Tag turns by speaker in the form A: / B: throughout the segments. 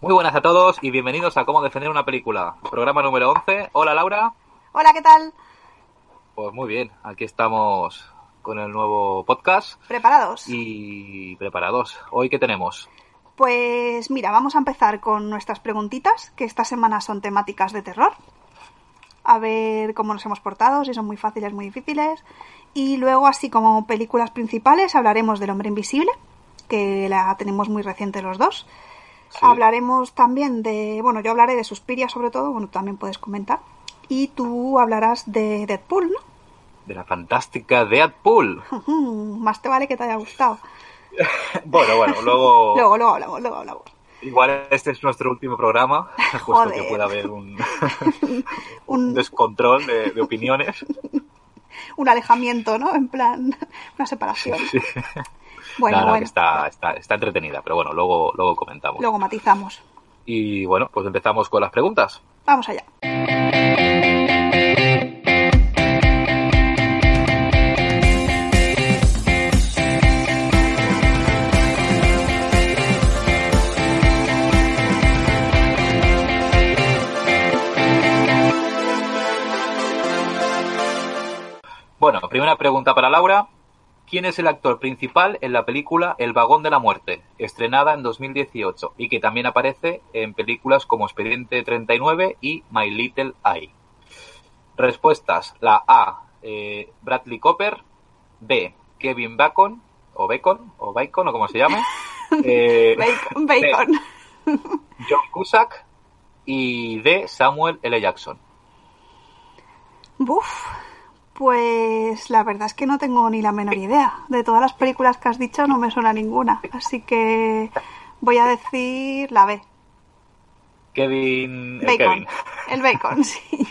A: Muy buenas a todos y bienvenidos a Cómo defender una película, programa número 11. Hola Laura.
B: Hola, ¿qué tal?
A: Pues muy bien, aquí estamos con el nuevo podcast
B: ¿Preparados?
A: y preparados. Hoy qué tenemos?
B: Pues mira, vamos a empezar con nuestras preguntitas, que esta semana son temáticas de terror. A ver cómo nos hemos portado, si son muy fáciles, muy difíciles. Y luego, así como películas principales, hablaremos del Hombre Invisible, que la tenemos muy reciente los dos.
A: Sí.
B: Hablaremos también de, bueno, yo hablaré de Suspiria sobre todo, bueno, tú también puedes comentar. Y tú hablarás de Deadpool, ¿no?
A: De la fantástica Deadpool.
B: Ujú, Más te vale que te haya gustado.
A: Bueno, bueno, luego,
B: Luego, luego hablamos, luego hablamos.
A: igual este es nuestro último programa, puesto
B: Joder. Mm.
A: que puede haber un, un
B: Un,
A: descontrol de, de opiniones.
B: un alejamiento, ¿no? En plan, una separación.
A: Sí.
B: Bueno,
A: No, no, que
B: bueno,
A: está, está, está entretenida, pero bueno, luego, luego comentamos.
B: luego matizamos.
A: Y bueno, pues empezamos con las preguntas.
B: Vamos allá.
A: Bueno, primera pregunta para Laura. ¿Quién es el actor principal en la película El vagón de la muerte, estrenada en 2018 y que también aparece en películas como Expediente 39 y My Little Eye? Respuestas: la A, eh, Bradley Cooper, B, Kevin Bacon o Bacon o Bacon o como se llame, eh,
B: Bacon. bacon.
A: John Cusack y D, Samuel L. Jackson.
B: Buf. Pues la verdad es que no tengo ni la menor idea. De todas las películas que has dicho no me suena ninguna. Así que voy a decir la B.
A: Kevin, eh,
B: Bacon.
A: Kevin.
B: El bacon, sí.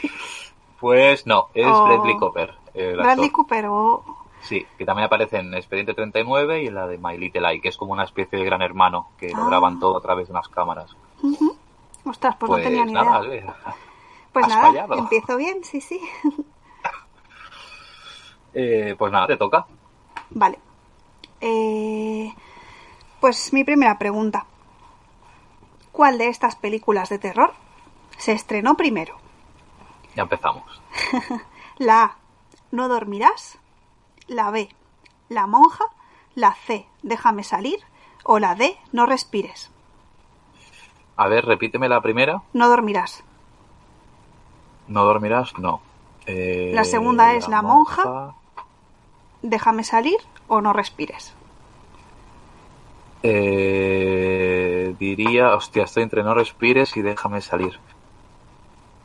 A: Pues no, es
B: Oh.
A: Bradley Cooper. el actor.
B: Bradley Cooper oh, o...
A: Sí, que también aparece en Expediente 39 y en la de My Little Eye, que es como una especie de gran hermano, que lo
B: Ah.
A: graban todo a través de unas cámaras.
B: Ujú. Ostras, pues, no tenía ni idea.
A: nada, eh, sí.
B: pues
A: has
B: nada,
A: fallado.
B: empiezo bien, sí, sí.
A: Eh, pues nada, te toca.
B: Vale. Eh, pues mi primera pregunta. ¿Cuál de estas películas de terror se estrenó primero?
A: Ya empezamos.
B: La A. No dormirás. La B. La monja. La C. Déjame salir. O la D. No respires.
A: A ver, repíteme la primera.
B: No dormirás.
A: ¿No dormirás? No. Eh,
B: La segunda es La monja. Déjame salir o no respires.
A: Eh, diría, hostia, estoy entre no respires y déjame salir.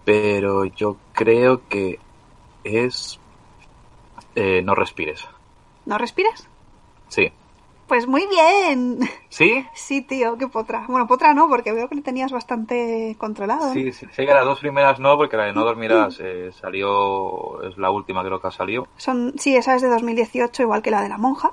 A: Pero yo creo que es... eh, no respires.
B: ¿No respires?
A: Sí.
B: Pues muy bien.
A: ¿Sí?
B: Sí, tío, qué potra. Bueno, potra no, porque veo que le tenías bastante controlado. ¿no?
A: Sí, sí, sé que las dos primeras no, porque la de No Dormirás eh, salió, es la última creo que ha salido.
B: Son, sí, esa es de 2018, igual que la de la monja.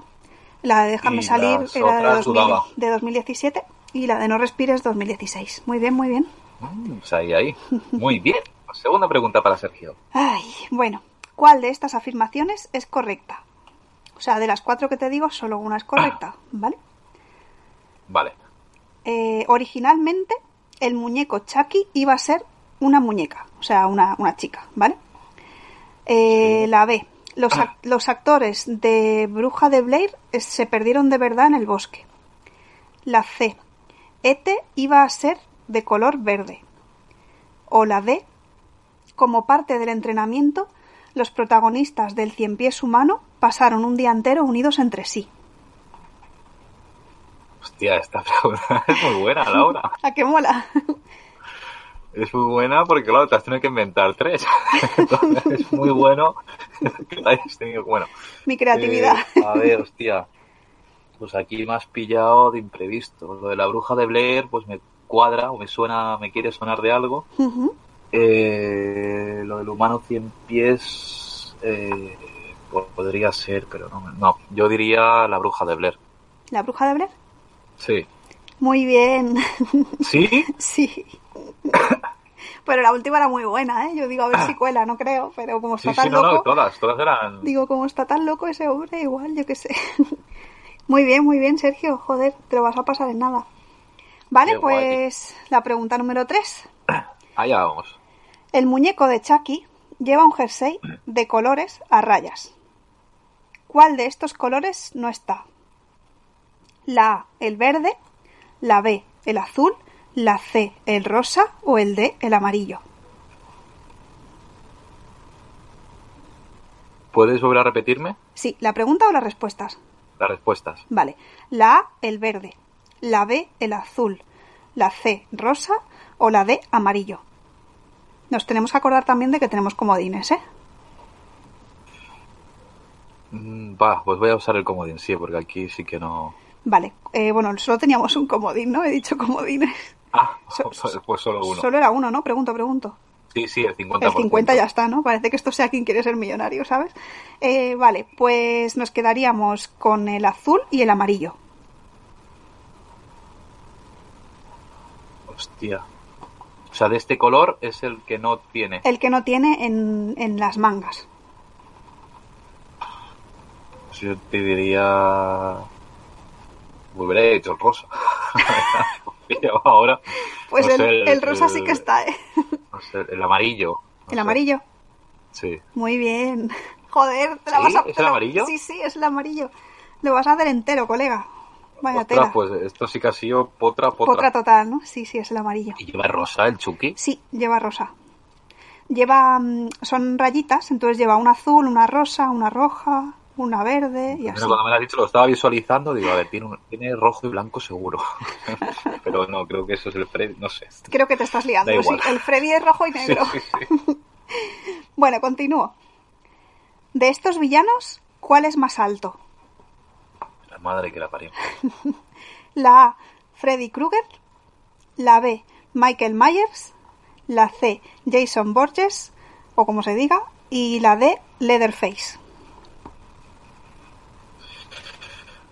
B: La de Déjame
A: Y
B: salir
A: las
B: era de,
A: otras
B: 2000
A: sudaba.
B: de 2017 y la de No respires 2016. Muy bien, muy bien.
A: Mm, pues ahí, ahí. Muy bien. Pues Segunda pregunta para Sergio.
B: Ay, bueno, ¿cuál de estas afirmaciones es correcta? O sea, de las cuatro que te digo, solo una es
A: Ah.
B: correcta, ¿vale?
A: Vale.
B: Eh, originalmente, el muñeco Chucky iba a ser una muñeca, o sea, una, una chica, ¿vale? Eh,
A: Sí.
B: La B. Los, ac- los actores de Bruja de Blair eh, se perdieron de verdad en el bosque. La C. Ete iba a ser de color verde. O la D. Como parte del entrenamiento, los protagonistas del cien pies humano pasaron un día entero unidos entre sí.
A: Hostia, esta pregunta es muy buena, Laura.
B: ¿A ¡Ah, qué mola?
A: Es muy buena porque, claro, te has tenido que inventar tres. Entonces, es muy bueno que la hayas tenido. Bueno,
B: Mi creatividad.
A: Eh, a ver, hostia. Pues aquí me has pillado de imprevisto. Lo de la bruja de Blair, pues me cuadra o me suena, me quiere sonar de algo.
B: Ujú.
A: Eh, lo del humano 100 pies eh, po- podría ser, pero no, no. Yo diría la bruja de Blair.
B: ¿La bruja de Blair?
A: Sí.
B: Muy bien,
A: ¿Sí?
B: sí. Pero la última era muy buena, ¿eh? Yo digo, a ver si cuela, no creo, pero como está
A: Ah. Sí, sí,
B: tan
A: no,
B: loco,
A: no, todas, todas eran.
B: digo, como está tan loco ese hombre, igual, yo qué sé. Muy bien, muy bien, Sergio, joder, te lo vas a pasar en nada. Vale,
A: Qué guay.
B: pues la pregunta número 3.
A: Allá vamos.
B: El muñeco de Chucky lleva un jersey de colores a rayas. ¿Cuál de estos colores no está? La A, el verde, la B, el azul, la C, el rosa o el D, el amarillo.
A: ¿Puedes volver a repetirme
B: Sí, la pregunta o las respuestas.
A: las respuestas?
B: Vale. La A, el verde, la B, el azul, la C, rosa o la D, amarillo. Nos tenemos que acordar también de que tenemos comodines, ¿eh?
A: Mm, Va, pues voy a usar el comodín, sí, porque aquí sí que no.
B: Vale, eh, bueno, solo teníamos un comodín, ¿no? He dicho comodines.
A: Ah,
B: So- so-
A: pues solo uno.
B: Solo era uno, ¿no? Pregunto, pregunto.
A: Sí, sí, el 50%.
B: El 50 ya está, ¿no? Parece que esto sea quien quiere ser millonario, ¿sabes? Eh, vale, pues nos quedaríamos con el azul y el amarillo.
A: Hostia. O sea, de este color es el que no tiene.
B: El que no tiene en, en las mangas.
A: Pues Yo te diría. Hubiera hecho el rosa. Pero ahora.
B: Pues
A: no
B: el,
A: sé,
B: el rosa sí que está, ¿eh?
A: no sé, el amarillo. no
B: El
A: sé.
B: amarillo.
A: Sí.
B: Muy bien. Joder, te la
A: ¿Sí?
B: vas a...
A: ¿Es
B: te
A: el
B: la-
A: amarillo?
B: Sí, sí, es el amarillo. Lo vas a hacer entero, colega. Vaya
A: Ostras,
B: tela.
A: pues esto sí que ha sido potra, potra.
B: Otra total, ¿no? Sí, sí, es el amarillo.
A: ¿Y lleva rosa el Chucky?
B: Sí, lleva rosa. Lleva. mm, Son rayitas, entonces lleva una azul, una rosa, una roja, una verde y
A: Primero,
B: así.
A: Cuando me lo has dicho lo estaba visualizando, digo, a ver, tiene, un- tiene rojo y blanco seguro. Pero no, creo que eso es el Freddy, no sé.
B: Creo que te estás liando.
A: Da
B: sí.
A: igual.
B: el Freddy es rojo y negro.
A: Sí, sí, sí.
B: Bueno, continúo. De estos villanos, ¿cuál es más alto?
A: La madre que la parió.
B: La A, Freddy Krueger. La B, Michael Myers. La C, Jason Borges, o como se diga. Y la D, Leatherface.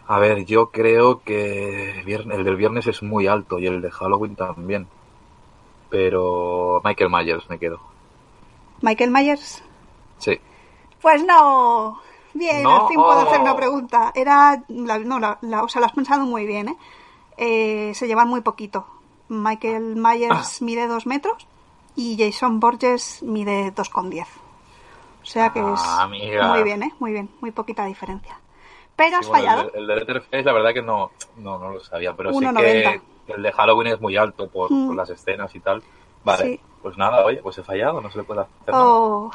A: A ver, yo creo que vier- el del viernes es muy alto y el de Halloween también. Pero Michael Myers me quedo.
B: Michael Myers.
A: Sí.
B: Pues no. Bien,
A: No.
B: al fin puedo hacer una pregunta. Era. la- no, la, la- o sea, la has pensado muy bien, ¿eh? Eh, Se llevan muy poquito. Michael
A: Ah.
B: Myers mide 2 metros y Jason Borges mide 2,10. O sea que es.
A: Ah, amiga.
B: Muy bien, ¿eh? Muy bien, muy poquita diferencia. Pero has
A: Sí, bueno,
B: fallado.
A: El, de- el de Letterface, la verdad que no, no, no lo sabía, pero sí
B: 1,90.
A: que el de Halloween es muy alto por,
B: Mm.
A: por las escenas y tal. Vale,
B: Sí.
A: pues nada, oye, pues he fallado, no se le puede hacer nada.
B: Oh,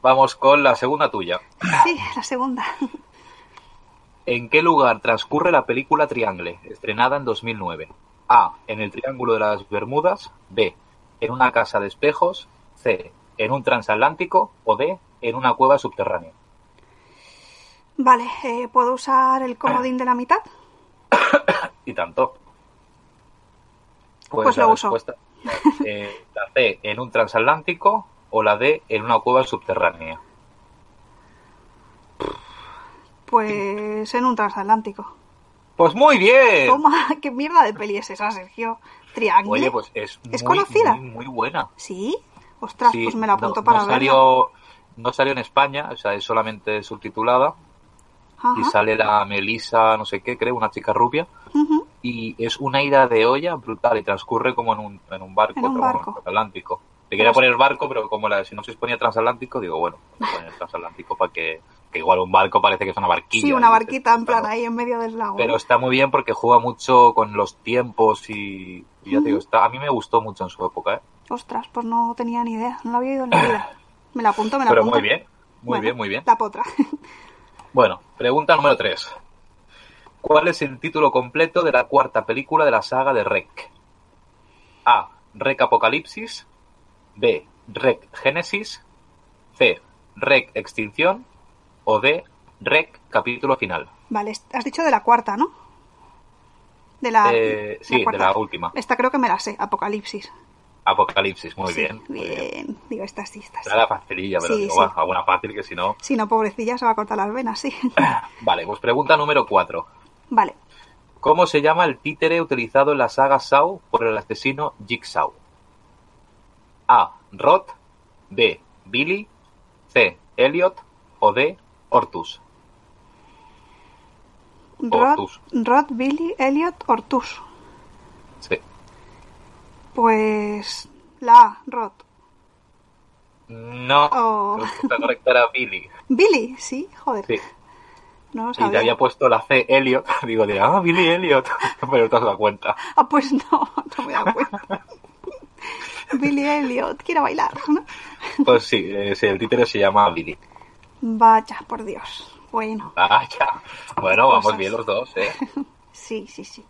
A: Vamos con la segunda tuya.
B: sí, la segunda.
A: ¿En qué lugar transcurre la película Triangle, estrenada en 2009? A. En el Triángulo de las Bermudas. B. En una casa de espejos. C. En un transatlántico. O D. En una cueva subterránea.
B: Vale, eh, ¿puedo usar el comodín de la mitad?
A: Y tanto.
B: Pues lo
A: la
B: uso.
A: respuesta, eh, la C. En un transatlántico. O la D. En una cueva subterránea.
B: Pues en un transatlántico.
A: Pues muy bien.
B: Toma, qué mierda de peli es esa, Sergio. Triángulo.
A: Oye, pues es,
B: ¿Es
A: muy,
B: conocida?
A: muy, muy buena.
B: Sí. Ostras,
A: Sí,
B: pues me la apunto
A: no-
B: para
A: no
B: verla.
A: salió, no salió en España, o sea, es solamente subtitulada.
B: Ajá.
A: y sale la Melisa, no sé qué, creo, una chica rubia,
B: Ujú.
A: y es una ida de olla brutal y transcurre como en un, en un barco,
B: En un
A: pero bueno,
B: barco.
A: transatlántico. Te
B: Pero
A: quería
B: es-
A: poner barco, pero como la, si no se ponía transatlántico, digo, bueno, voy a poner transatlántico para que, que igual un barco parece que es una barquilla.
B: Sí,
A: y
B: una
A: dices,
B: barquita en plan
A: bueno,
B: ahí en medio del lago.
A: Pero
B: ¿no?
A: está muy bien porque juega mucho con los tiempos y, y ya te digo, está, a mí me gustó mucho en su época, ¿eh?
B: Ostras, pues no tenía ni idea, no la había oído en la vida. Me la apunto, me la
A: Pero
B: apunto.
A: muy bien, muy
B: Bueno,
A: bien, muy bien.
B: La potra.
A: Bueno, pregunta número 3. ¿Cuál es el título completo de la cuarta película de la saga de Rec? A. Rec Apocalipsis. B. Rec Génesis. C. Rec Extinción. O D. Rec Capítulo Final.
B: Vale, est- has dicho de la cuarta, ¿no? De Ah, la.
A: Eh, sí, de
B: cuarta.
A: la última.
B: Esta creo que me la sé, Apocalipsis.
A: Apocalipsis, muy
B: Sí,
A: bien. muy bien.
B: bien. Digo, esta sí, esta sí.
A: Será la facililla, pero
B: Sí,
A: digo,
B: sí.
A: bueno, alguna fácil que si no.
B: Si no, pobrecilla, se va a cortar las venas, sí.
A: Vale, pues pregunta número 4.
B: vale.
A: ¿Cómo se llama el títere utilizado en la saga Saw por el asesino Jigsaw? A. Rod. B. Billy. C. Elliot. O D. Hortus.
B: Rod,
A: Ortus.
B: Rod, Billy, Elliot, Ortus.
A: Sí.
B: Pues la A, Rod.
A: No.
B: Oh.
A: La respuesta correcta era Billy.
B: Billy, sí, joder.
A: Sí.
B: No lo
A: Y te
B: sabía.
A: había puesto la C, Elliot. Digo, de, ah, Billy Elliot. Pero no te has dado cuenta.
B: Ah, pues no, no me he dado cuenta. Billy Elliot, quiero bailar, ¿no?
A: Pues sí, eh, sí, el títere se llama Billy.
B: Vaya, por Dios. Bueno,
A: Vaya. Bueno, vamos
B: Cosas.
A: bien los dos, ¿eh?
B: sí, sí, sí.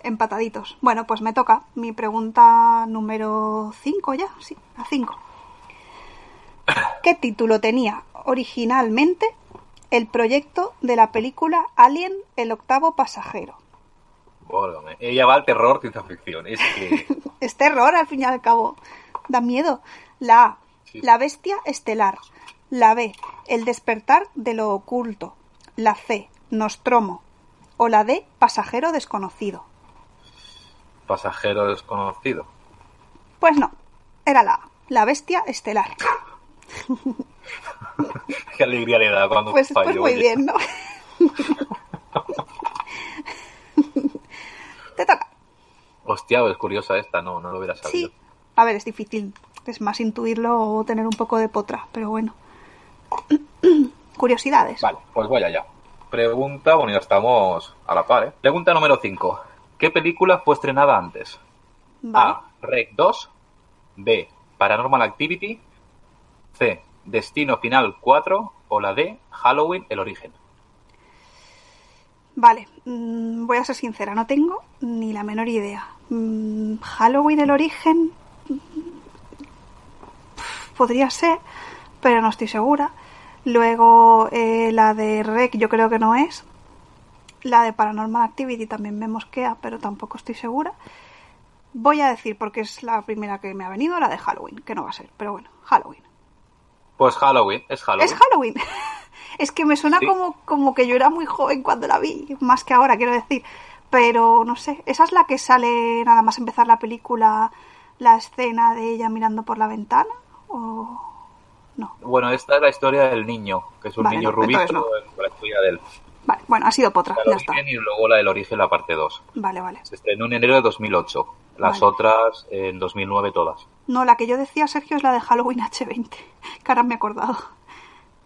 B: Empataditos. Bueno, pues me toca mi pregunta número 5 ya, sí, la 5. ¿Qué título tenía originalmente el proyecto de la película Alien, el octavo pasajero?
A: Bueno, ella va al terror ciencia ficción. Es que.
B: Es terror al fin y al cabo. Da miedo. La A.
A: Sí.
B: La bestia estelar. La B. El despertar de lo oculto. La C. Nostromo. O la D. Pasajero desconocido.
A: Pasajero desconocido.
B: Pues no. Era la A. La bestia estelar.
A: Qué alegría le da cuando
B: Pues,
A: fallo.
B: pues muy
A: oye.
B: bien, ¿no? Te toca.
A: Hostia, es curiosa esta, no, no lo hubiera sabido.
B: Sí. A ver, es difícil. Es más intuirlo o tener un poco de potra, pero bueno. Curiosidades.
A: Vale, pues voy allá. Pregunta, bueno, ya estamos a la par, ¿eh? Pregunta número 5. ¿Qué película fue estrenada antes?
B: Vale.
A: A. Rec 2. B. Paranormal Activity. C. Destino Final 4. O la D. Halloween El Origen.
B: Vale, mm, voy a ser sincera, no tengo ni la menor idea. Mm, Halloween el origen mm, pf, podría ser, pero no estoy segura. Luego eh, la de Rec yo creo que no es. La de Paranormal Activity también me mosquea, pero tampoco estoy segura. Voy a decir, porque es la primera que me ha venido, la de Halloween, que no va a ser, pero bueno, Halloween.
A: Pues Halloween, es Halloween.
B: Es Halloween. es que me suena
A: Sí.
B: como, como que yo era muy joven cuando la vi, más que ahora, quiero decir. Pero no sé, esa es la que sale nada más empezar la película, la escena de ella mirando por la ventana. O no,
A: Bueno, esta es la historia del niño, que es un
B: Vale,
A: niño
B: no,
A: rubito
B: entonces no.
A: en la historia del
B: vale, bueno, ha sido potra,
A: El
B: ya está.
A: Origen y luego la del Origen, la parte 2.
B: Vale, vale.
A: Se estrenó en enero de 2008. Las
B: Vale.
A: otras en 2009 todas.
B: No, la que yo decía, Sergio, es la de Halloween H20, que ahora me he acordado.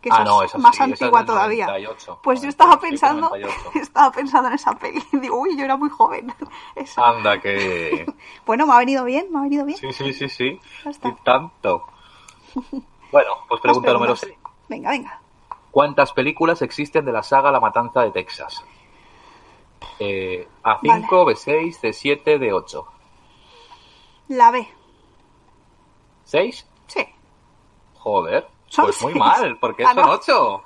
B: Que
A: Ah,
B: esa
A: no,
B: es
A: esa
B: más
A: sí, esa es
B: antigua
A: del
B: todavía.
A: 98,
B: pues yo estaba
A: 97,
B: pensando,
A: 98.
B: estaba pensando en esa peli. Digo, uy, yo era muy joven. Esa.
A: Anda, que...
B: Bueno, me ha venido bien, me ha venido bien.
A: Sí, sí, sí, sí.
B: Ya está.
A: Y tanto. Bueno, pues pregunta
B: Más
A: número
B: preguntas.
A: 6.
B: Venga, venga.
A: ¿Cuántas películas existen de la saga La Matanza de Texas? Eh, A5, B6, C7, D8.
B: La B.
A: ¿Seis?
B: Sí.
A: Joder.
B: Son
A: Pues muy
B: seis.
A: mal, porque
B: Ah,
A: son
B: no.
A: ocho.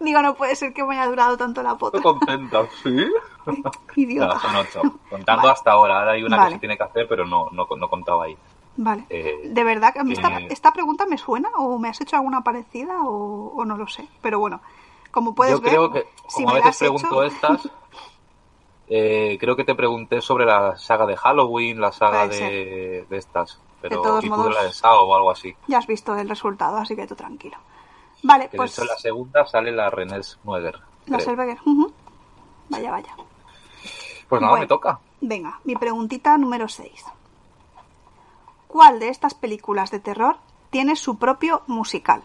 B: Digo, no puede ser que me haya durado tanto la
A: Estoy
B: potra.
A: contenta, ¿sí?
B: Idiota.
A: No, son ocho. Contando
B: Vale.
A: hasta ahora. Ahora hay una
B: Vale.
A: que se tiene que hacer, pero no, no, no contaba ahí.
B: Vale.
A: Eh,
B: de verdad, que a mí esta,
A: eh,
B: esta pregunta me suena o me has hecho alguna parecida o, o no lo sé. Pero bueno, como puedes
A: Yo
B: ver,
A: creo que,
B: si
A: como
B: me
A: a
B: la
A: veces
B: has
A: pregunto
B: hecho,
A: estas, eh, creo que te pregunté sobre la saga de Halloween, la saga
B: Puede
A: de, de estas. Pero,
B: todos
A: y tú
B: modos-
A: de la de Sao o algo así.
B: ya has visto el resultado, así que tú tranquilo. Vale,
A: Que
B: pues
A: de hecho en la segunda sale la René Smueger.
B: la
A: creo.
B: Selberger. Ujú. Vaya, vaya.
A: Pues nada,
B: Bueno.
A: me toca.
B: Venga, mi preguntita número 6. ¿Cuál de estas películas de terror tiene su propio musical?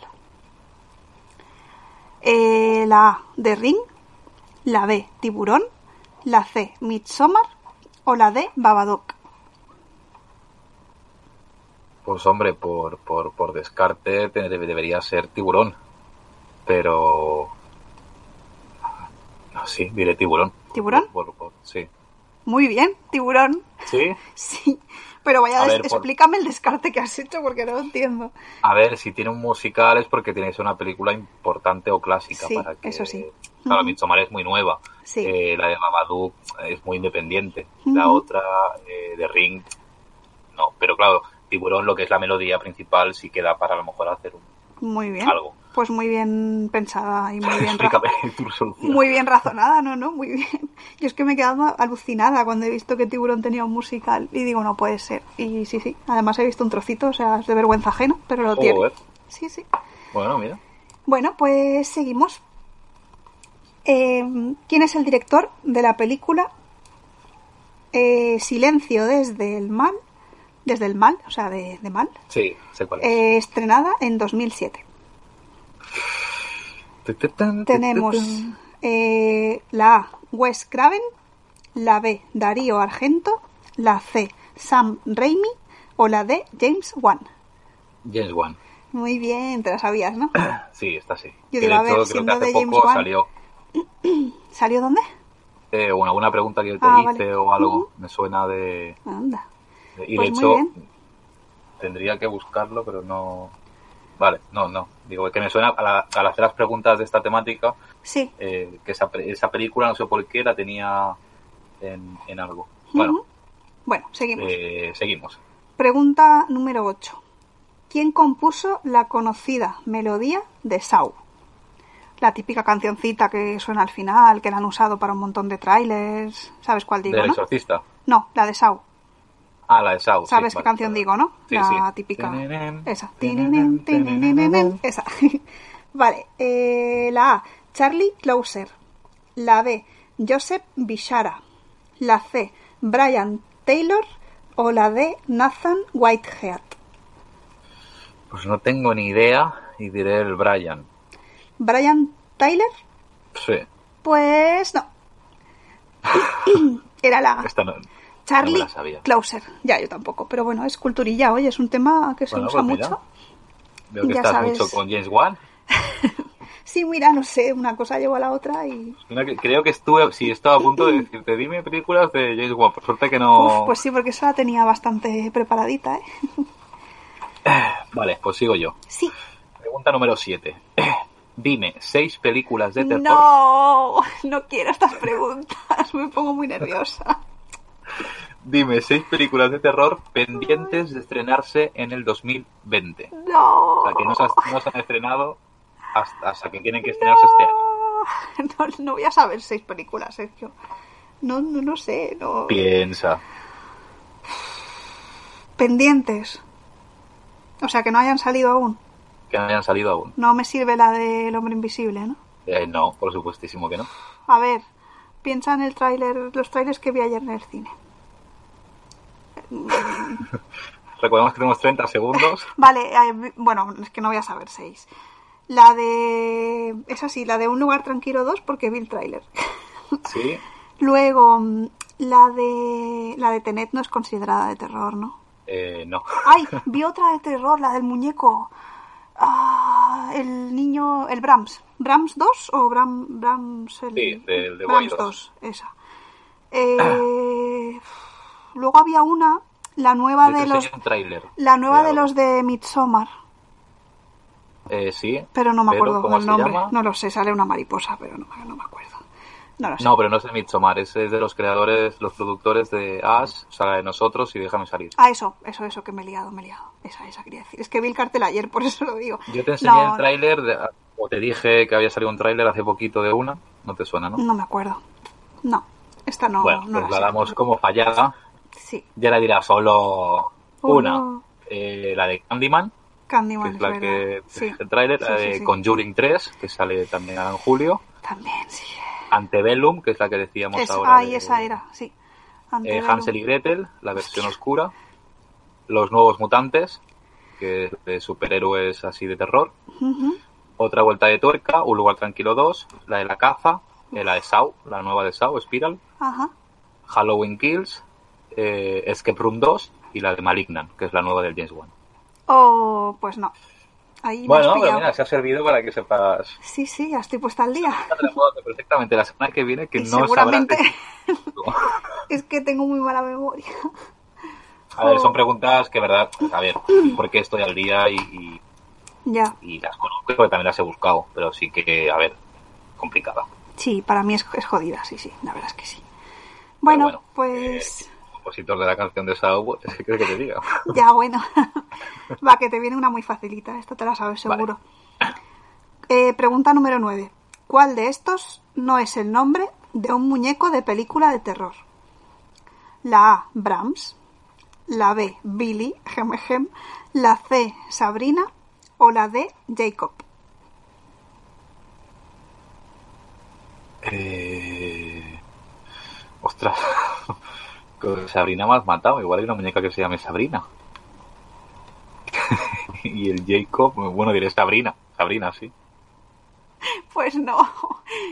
B: Eh, la A, The Ring, la B, Tiburón, la C, Midsommar o la D, Babadook.
A: Pues hombre, por, por, por descarte te- debe- debería ser tiburón. Pero... Ah, Sí, diré tiburón.
B: ¿Tiburón?
A: Por- por- por- sí.
B: Muy bien, Tiburón.
A: Sí.
B: Sí, pero vaya,
A: A
B: des-
A: ver, por-
B: explícame el descarte que has hecho porque no lo entiendo.
A: A ver, si tiene un musical es porque tiene que ser una película importante o clásica.
B: Sí,
A: para que...
B: eso sí.
A: Claro,
B: Ujú.
A: Midsommar es muy nueva.
B: Sí,
A: Eh, la de Babadook es muy independiente. La
B: Ujú.
A: otra, eh, de Ring, no. Pero claro, Tiburón, lo que es la melodía principal, sí queda para a lo mejor hacer un-
B: muy bien.
A: algo.
B: Pues muy bien pensada y muy bien ra-
A: Explícame tu solución.
B: Muy bien razonada, no, no, muy bien. Yo es que me he quedado alucinada cuando he visto que Tiburón tenía un musical y digo, no puede ser. Y sí, sí, además he visto un trocito, o sea, es de vergüenza ajena, pero lo tiene.
A: Joder.
B: Sí, sí.
A: Oh, eh. Bueno, mira.
B: Bueno, pues seguimos. Eh, ¿Quién es el director de la película eh, Silencio desde el mal, desde el mal, o sea, de, de mal,
A: Sí, sé cuál es.
B: eh, estrenada en 2007.
A: Tututan,
B: Tenemos
A: tututan.
B: eh, la A, Wes Craven, la B, Darío Argento, la C, Sam Raimi o la D, James Wan.
A: James Wan.
B: Muy bien, te la sabías, ¿no?
A: Sí, está así. Que
B: Yo
A: de
B: digo, a ver,
A: hecho, creo que
B: siendo
A: hace
B: de
A: poco
B: James Wan.
A: salió
B: ¿Salió dónde?
A: eh, bueno, alguna pregunta que yo te
B: Ah,
A: hice
B: vale.
A: o algo.
B: Ujú.
A: Me suena de.
B: Anda.
A: de- y
B: Pues
A: de
B: muy
A: hecho,
B: bien.
A: tendría que buscarlo, pero no. Vale, no, no. Digo, que me suena a la- al hacer las preguntas de esta temática,
B: Sí.
A: eh, que esa, pe- esa película, no sé por qué, la tenía en, en algo. Bueno,
B: Ujú. Bueno, seguimos.
A: eh, seguimos.
B: Pregunta número 8. ¿Quién compuso la conocida melodía de Sau? La típica cancioncita que suena al final, que la han usado para un montón de trailers. ¿Sabes cuál digo,
A: Del
B: no?
A: exorcista.
B: No, la de Sau.
A: Ah, la de South.
B: ¿Sabes qué canción digo, no?
A: Sí,
B: la
A: sí.
B: típica.
A: Tininin,
B: Esa.
A: tininin,
B: Tininin, tininin, Esa. vale. eh, la A. Charlie Closer. La B. Joseph Bishara. La C. Brian Taylor. O la D. Nathan Whitehead.
A: Pues no tengo ni idea y diré el Brian.
B: Brian Taylor.
A: Sí,
B: Pues no. Era la A.
A: esta no. no me
B: Charlie
A: la sabía.
B: Closer. Ya, yo tampoco. Pero bueno, es culturilla. Oye, es un tema que se
A: Bueno,
B: usa
A: pues mira.
B: mucho.
A: Veo que
B: Ya
A: estás
B: sabes.
A: mucho con James Wan.
B: Sí, mira, no sé. Una cosa lleva a la otra y...
A: Mira que- Creo que estuve, sí, estaba a punto de decirte, dime películas de James Wan. Por suerte que no.
B: Uf, pues sí, porque esa la tenía bastante preparadita, ¿eh?
A: Vale, pues sigo yo.
B: Sí.
A: Pregunta número 7. Dime seis películas de terror.
B: No, no quiero estas preguntas, me pongo muy nerviosa.
A: Dime seis películas de terror pendientes de estrenarse en el 2020.
B: No.
A: O sea, que no se, has- no se han estrenado hasta, hasta que tienen que estrenarse este año.
B: No, no voy a saber seis películas, Sergio. No, no, no sé, no.
A: Piensa.
B: Pendientes. O sea, que no hayan salido aún.
A: que no hayan salido aún.
B: No me sirve la del hombre invisible, ¿no?
A: Eh, no, por supuestísimo que no.
B: A ver, piensa en el tráiler, los trailers que vi ayer en el cine.
A: Recordemos que tenemos 30 segundos.
B: Vale, eh, bueno, es que no voy a saber seis. La de. Es así, la de Un lugar tranquilo 2 porque vi el tráiler.
A: Sí,
B: Luego, mm, la de. La de Tenet no es considerada de terror, ¿no?
A: eh, no.
B: ¡Ay! Vi otra de terror, la del muñeco. Ah, el niño. El Brahms. ¿Brahms 2 o Bram, Brahms el.
A: Sí, del de
B: Brahms
A: Boy 2.
B: 2, esa. Eh, luego había una, la nueva
A: De
B: de
A: hecho,
B: los.
A: hay un tráiler.
B: La nueva de
A: algo.
B: los de Midsommar.
A: Eh, sí.
B: Pero no me
A: Pero,
B: acuerdo
A: ¿cómo
B: del
A: se
B: nombre.
A: llama?
B: No lo sé, sale una mariposa, pero no, no me acuerdo. No lo sé.
A: No, pero no es de Midsommar, es, es de los creadores, los productores de Ash, o sea, de nosotros y Déjame salir.
B: Ah, eso, eso, eso, que me he liado, me he liado. Esa, esa quería decir. Es que vi el cartel ayer, por eso lo digo.
A: Yo te enseñé
B: No,
A: el tráiler, de- o te dije que había salido un tráiler hace poquito de una, no te suena, ¿no?
B: No me acuerdo. No, esta no,
A: bueno,
B: no
A: pues
B: la
A: la
B: sé.
A: damos como fallada,
B: Sí,
A: ya la dirá solo una.
B: Oh, no.
A: Eh, la de Candyman, que
B: Candyman,
A: es
B: es
A: la
B: verdad.
A: que
B: Sí,
A: el tráiler, la
B: Sí, sí,
A: de
B: sí.
A: Conjuring 3, que sale también ahora en julio,
B: también, sí.
A: Antebellum, que es la que decíamos
B: Es-
A: ahora,
B: ay,
A: de,
B: esa era, sí.
A: eh,
B: Antebellum.
A: Hansel y Gretel, la versión oscura, Los Nuevos Mutantes, que es de superhéroes así de terror,
B: Ujú.
A: Otra Vuelta de Tuerca, Un Lugar Tranquilo 2, la de la caza, eh, la de Saw, la nueva de Saw, Spiral,
B: Ajá.
A: Halloween Kills, eh, Escape Room 2 y la de Malignant, que es la nueva del James Wan.
B: O, pues no. Ahí me
A: Bueno,
B: has
A: pero
B: pillado.
A: mira, se ha servido para que sepas
B: Sí, sí, ya estoy puesta al día.
A: Te la puedo hacer perfectamente la semana que viene que
B: Y
A: no
B: seguramente-
A: sabrás decir-
B: Es que tengo muy mala memoria.
A: A ver, son preguntas que, verdad, a ver, porque estoy al día y, y-
B: Ya,
A: y las conozco, porque también las he buscado, pero sí que, a ver, complicada.
B: sí, para mí es, es jodida, sí, sí, la verdad es que sí. Bueno,
A: bueno,
B: pues...
A: Compositor de la canción de Sao, pues, ¿qué quieres que te diga?
B: Ya, bueno. Va, que te viene una muy facilita. Esta te la sabes
A: Vale.
B: seguro. Eh, pregunta número 9. ¿Cuál de estos no es el nombre de un muñeco de película de terror? La A, Brahms. La B, Billy, gem, gem. La C, Sabrina. O la D, Jacob.
A: Eh... Ostras, Pero Sabrina me has matado. Igual hay una muñeca que se llame Sabrina. y el Jacob, bueno, diré Sabrina. Sabrina, sí.
B: Pues no.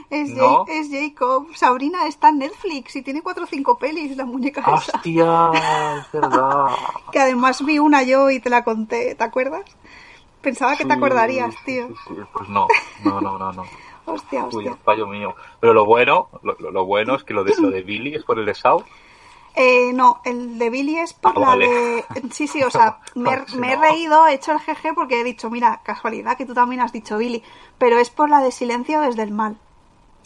B: Es,
A: ¿No?
B: Ja- es Jacob. Sabrina está en Netflix y tiene cuatro o cinco pelis la muñeca esa.
A: ¡Hostia! Es verdad.
B: Que además vi una yo y te la conté, ¿te acuerdas? Pensaba que te
A: Sí,
B: acordarías,
A: sí,
B: tío.
A: sí, sí. Pues no, no, no, no. no.
B: Hostia,
A: Uy,
B: hostia.
A: fallo mío. Pero lo bueno, lo, lo- lo bueno es que lo de, lo de Billy es por el de South.
B: Eh, no, el de Billy es por
A: Ah,
B: la
A: vale.
B: de... Sí, sí, o sea, me,
A: Vale, sí,
B: me he
A: no.
B: reído, he hecho el jeje porque he dicho, mira, casualidad que tú también has dicho Billy, pero es por la de Silencio desde el Mal.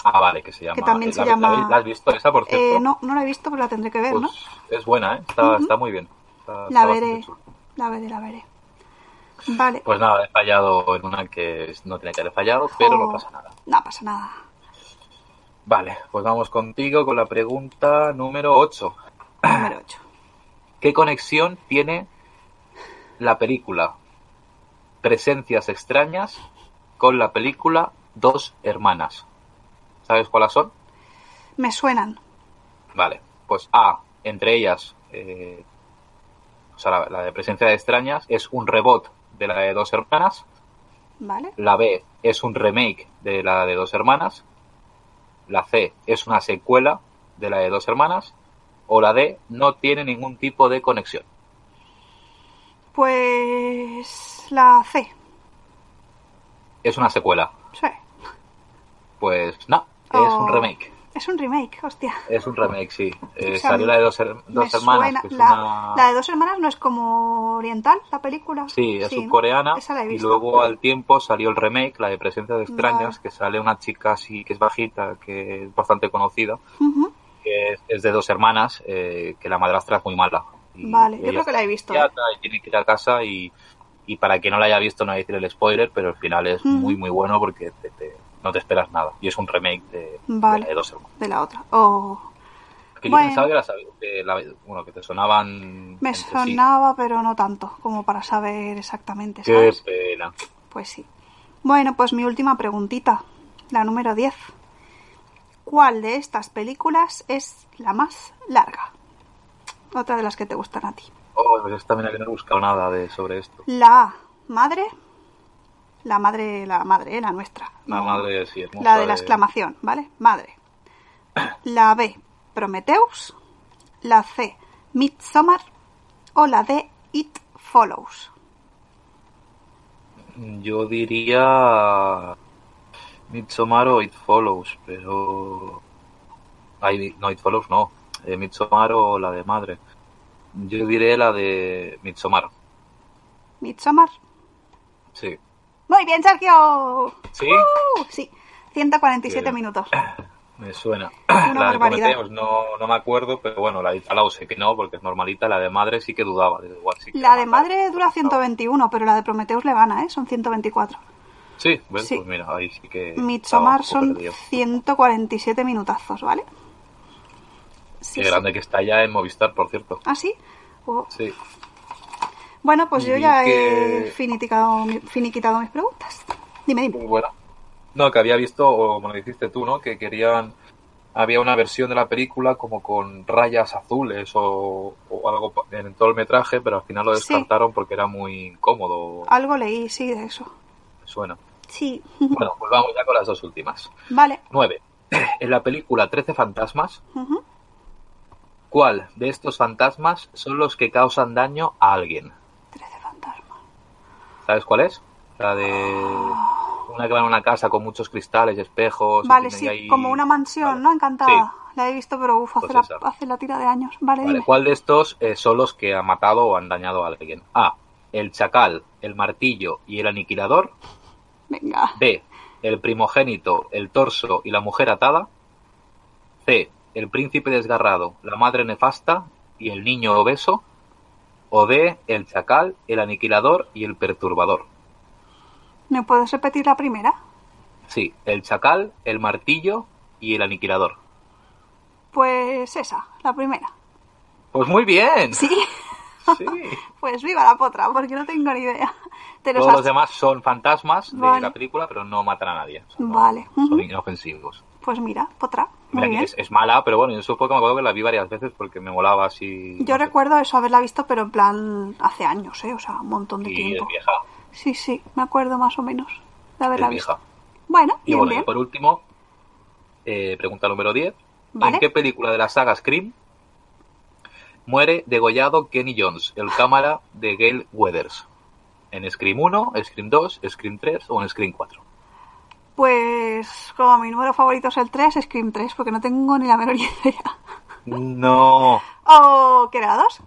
A: Ah, vale, que se llama.
B: Que también se
A: ¿La- la-
B: llama-
A: ¿La has visto esa, por cierto?
B: Eh, no, no la he visto, pero la tendré que ver,
A: Pues
B: ¿no?
A: es buena, ¿eh? Está,
B: Ujú.
A: está muy bien. Está-
B: La
A: está bastante
B: veré,
A: chula.
B: la veré, la veré. Vale.
A: Pues nada, he fallado en una que no tiene que haber fallado, pero no
B: Jo,
A: pasa nada.
B: No pasa nada.
A: Vale, pues vamos contigo con la pregunta número 8.
B: Número 8.
A: ¿Qué conexión tiene la película Presencias extrañas con la película Dos hermanas? ¿Sabes cuáles son?
B: Me suenan.
A: Vale, pues A, entre ellas, eh, o sea, la, la de presencia de extrañas es un rebot de la de dos hermanas,
B: ¿Vale?
A: la B es un remake de la de dos hermanas, la C es una secuela de la de dos hermanas, o la D no tiene ningún tipo de conexión.
B: Pues la C.
A: Es una secuela.
B: Sí.
A: Pues no, es
B: Oh.
A: un remake.
B: Es un remake, hostia.
A: Es un remake, sí. Eh,
B: O sea,
A: salió la de dos, her-
B: Me
A: dos hermanas.
B: suena-
A: que es
B: la,
A: una-
B: la de dos hermanas no es como oriental, la película.
A: Sí, es
B: ¿no?
A: coreana
B: Esa la he
A: y
B: visto.
A: luego al tiempo salió el remake, la de Presencia de Extrañas,
B: Vale.
A: que sale una chica así que es bajita, que es bastante conocida,
B: Ujú.
A: que es, es de dos hermanas, eh, que la madrastra es muy mala. Y
B: Vale, yo
A: ella
B: creo que la he visto. ¿eh?
A: está psiquiatra y tiene que ir a casa y, y para quien no la haya visto no voy a decir el spoiler, pero el final es
B: Ujú.
A: muy muy bueno porque te- te- no te esperas nada y es un remake de,
B: Vale.
A: de la de dos hermanas.
B: De la otra. Oh,
A: Que
B: Bueno.
A: yo pensaba que, la sab- que la- bueno, que te sonaban...
B: me
A: entre sí.
B: sonaba, pero no tanto como para saber exactamente,
A: Qué
B: ¿sabes?
A: pena.
B: Pues sí. Bueno, pues mi última preguntita, la número 10. ¿Cuál de estas películas es la más larga? Otra de las que te gustan a ti.
A: Oh, pues esta mira que no he buscado nada de, sobre esto.
B: La A, madre. La madre, la madre, eh, la nuestra.
A: La
B: No,
A: madre sí, hermosa.
B: La de la exclamación, ¿vale? Madre. La B, Prometheus. La C, Midsommar. O la D, It Follows.
A: Yo diría. Midsommar o It Follows, pero. Ay, no, It Follows no. Eh, Midsommar o la de madre. Yo diré la de Midsommar.
B: Midsommar.
A: Sí.
B: Muy bien, Sergio.
A: ¿Sí?
B: Uh, sí, 147
A: Bien.
B: minutos.
A: Me suena.
B: Una
A: la de
B: barbaridad.
A: Prometheus no, no me acuerdo, pero bueno, la de Italau sé que no, porque es normalita. La de madre sí que dudaba. digo, igual sí que
B: La
A: era
B: de
A: más
B: madre dura 121, pero la de Prometheus le gana, ¿eh? Son 124.
A: Sí, ¿ves?
B: Sí.
A: pues mira, ahí sí que. estaba
B: Midsommar
A: un poco
B: son
A: perdido.
B: 147 minutazos, ¿vale? Sí,
A: Qué
B: sí.
A: grande que está ya en Movistar, por cierto.
B: ¿Ah, sí? Oh.
A: Sí.
B: Bueno, pues yo
A: Y
B: ya
A: que-
B: he finiquitado, mi- finiquitado mis preguntas. Dime, dime.
A: muy buena. No, que había visto, o como lo dijiste tú, ¿no? Que querían. Había una versión de la película como con rayas azules o, o algo pa- en todo el metraje, pero al final lo
B: Sí. Ah.
A: descartaron porque era muy incómodo,
B: Algo leí, sí, de eso.
A: me suena.
B: Sí.
A: Bueno, pues vamos ya con las dos últimas.
B: vale.
A: 9. En la película 13 fantasmas,
B: Ujú.
A: ¿cuál de estos fantasmas son los que causan daño a alguien?
B: 13 fantasmas.
A: ¿Sabes cuál es? La de una que va en una casa con muchos cristales, y espejos. y
B: Vale,
A: Pues tiene
B: sí,
A: ahí-
B: como una mansión,
A: Vale.
B: ¿no? Encantada. La he visto, pero uf, hace,
A: Pues
B: la,
A: esa.
B: hace la tira de años. Vale,
A: Vale,
B: dime.
A: ¿cuál de estos eh, son los que ha matado o han dañado a alguien? A. El chacal, el martillo y el aniquilador.
B: Venga.
A: B. El primogénito, el torso y la mujer atada. C. El príncipe desgarrado, la madre nefasta y el niño obeso. O D. El chacal, el aniquilador y el perturbador.
B: ¿Me puedes repetir la primera?
A: Sí, el chacal, el martillo y el aniquilador.
B: Pues esa, la primera.
A: Pues muy bien.
B: Sí,
A: Sí.
B: pues viva la potra, porque no tengo ni idea. Te los
A: Todos
B: has-
A: los demás son fantasmas de
B: Vale.
A: la película, pero no matan a nadie. O sea, no-
B: Vale.
A: Son
B: Ujú.
A: inofensivos.
B: Pues mira, otra. Muy
A: Mira, que
B: bien.
A: es, es mala, pero bueno, yo supongo que me acuerdo que la vi varias veces porque me molaba así.
B: Yo recuerdo eso, haberla visto, pero en plan hace años, ¿eh? O sea, un montón de
A: Y es
B: tiempo.
A: vieja.
B: Sí, sí, me acuerdo más o menos de haberla
A: Es
B: visto.
A: vieja.
B: Bueno,
A: Y
B: bien,
A: bueno, y
B: bien.
A: por último, eh, pregunta número 10.
B: Vale.
A: ¿En qué película de la saga Scream muere degollado Kenny Jones, el cámara de Gail Weathers? ¿En Scream 1, Scream 2, Scream 3 o en Scream 4?
B: Pues como mi número favorito es el 3, Scream 3, porque no tengo ni la menor idea. Mm.
A: No,
B: ¿O que era 2?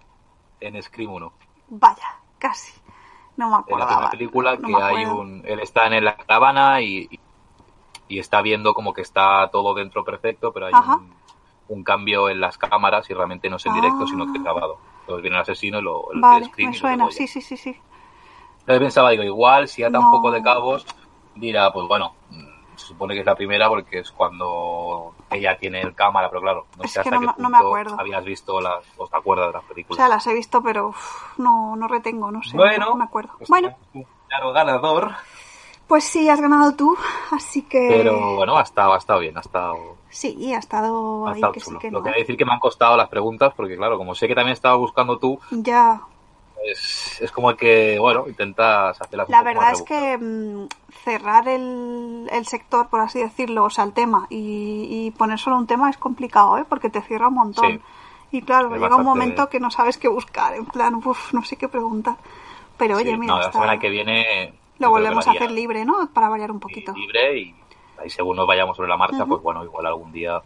A: en Scream 1.
B: Vaya, casi. No me
A: En
B: acuerdo.
A: la primera película que hay un... Él está en la caravana y, y está viendo como que está todo dentro perfecto, pero hay
B: Ajá.
A: un, un cambio en las cámaras y realmente no es en directo, sino que es grabado. Entonces viene el asesino y lo... el
B: Ah. Vale,
A: Scream
B: me
A: y lo
B: suena,
A: degolla.
B: sí, sí, sí, sí.
A: Entonces pensaba, digo, igual si ata
B: No.
A: un poco de cabos, dirá, pues bueno, mm, se supone que es la primera porque es cuando ella tiene el cámara, pero claro, no
B: Es
A: sé
B: que
A: hasta
B: no
A: qué
B: me-
A: punto
B: no me acuerdo.
A: habías visto las, o te acuerdas de las
B: O
A: películas.
B: sea, las he visto, pero uf, no, no retengo, no sé.
A: Pues bueno,
B: no me acuerdo.
A: pues,
B: Bueno,
A: un claro ganador,
B: pues sí, has ganado tú, así que...
A: pero bueno, ha estado, ha estado bien, ha estado,
B: Sí, ha estado
A: ha
B: ahí
A: estado
B: que sí
A: chulo.
B: que
A: Lo
B: no.
A: que hay que decir que me han costado las preguntas, porque claro, como sé que también estaba buscando tú, pues,
B: Ya,
A: es, es como que, bueno, intentas hacerlas
B: la
A: un poco más
B: verdad es que mm, cerrar el, el sector, por así decirlo, o sea, el tema, y, y poner solo un tema es complicado, ¿eh? Porque te cierra un montón.
A: Sí.
B: Y claro,
A: Es
B: llega un
A: bastante-
B: momento que no sabes qué buscar, en plan, uff, no sé qué preguntar. Pero
A: rebuscadas.
B: oye,
A: Sí,
B: mira,
A: no, la
B: está-
A: semana que viene
B: lo
A: yo creo que la
B: volvemos a
A: haría.
B: hacer libre, ¿no? Para variar un
A: y
B: poquito.
A: libre y ahí según nos vayamos sobre la marcha,
B: Ujú.
A: pues bueno, igual algún día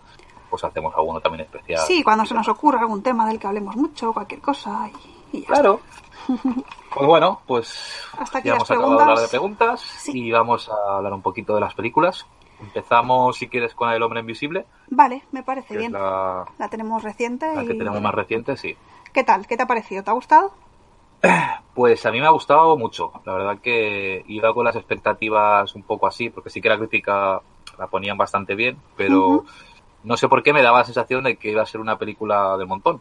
A: pues hacemos alguno también especial.
B: Sí, cuando
A: Y
B: se
A: demás.
B: nos ocurra algún tema del que hablemos mucho, cualquier cosa, y, y ya
A: Claro. Pues bueno, pues
B: Hasta aquí
A: ya
B: las
A: hemos acabado de hablar de preguntas
B: Sí.
A: y vamos a hablar un poquito de las películas. Empezamos, si quieres, con El Hombre Invisible,
B: está. Vale, me parece
A: que es
B: bien. La...
A: la,
B: tenemos reciente
A: la que
B: y-
A: tenemos más reciente, sí.
B: ¿Qué tal? ¿Qué te ha parecido? ¿Te ha gustado?
A: Pues a mí me ha gustado mucho. La verdad que iba con las expectativas un poco así, porque sí que la crítica la ponían bastante bien, pero
B: Ujú.
A: no sé por qué me daba la sensación de que iba a ser una película del montón.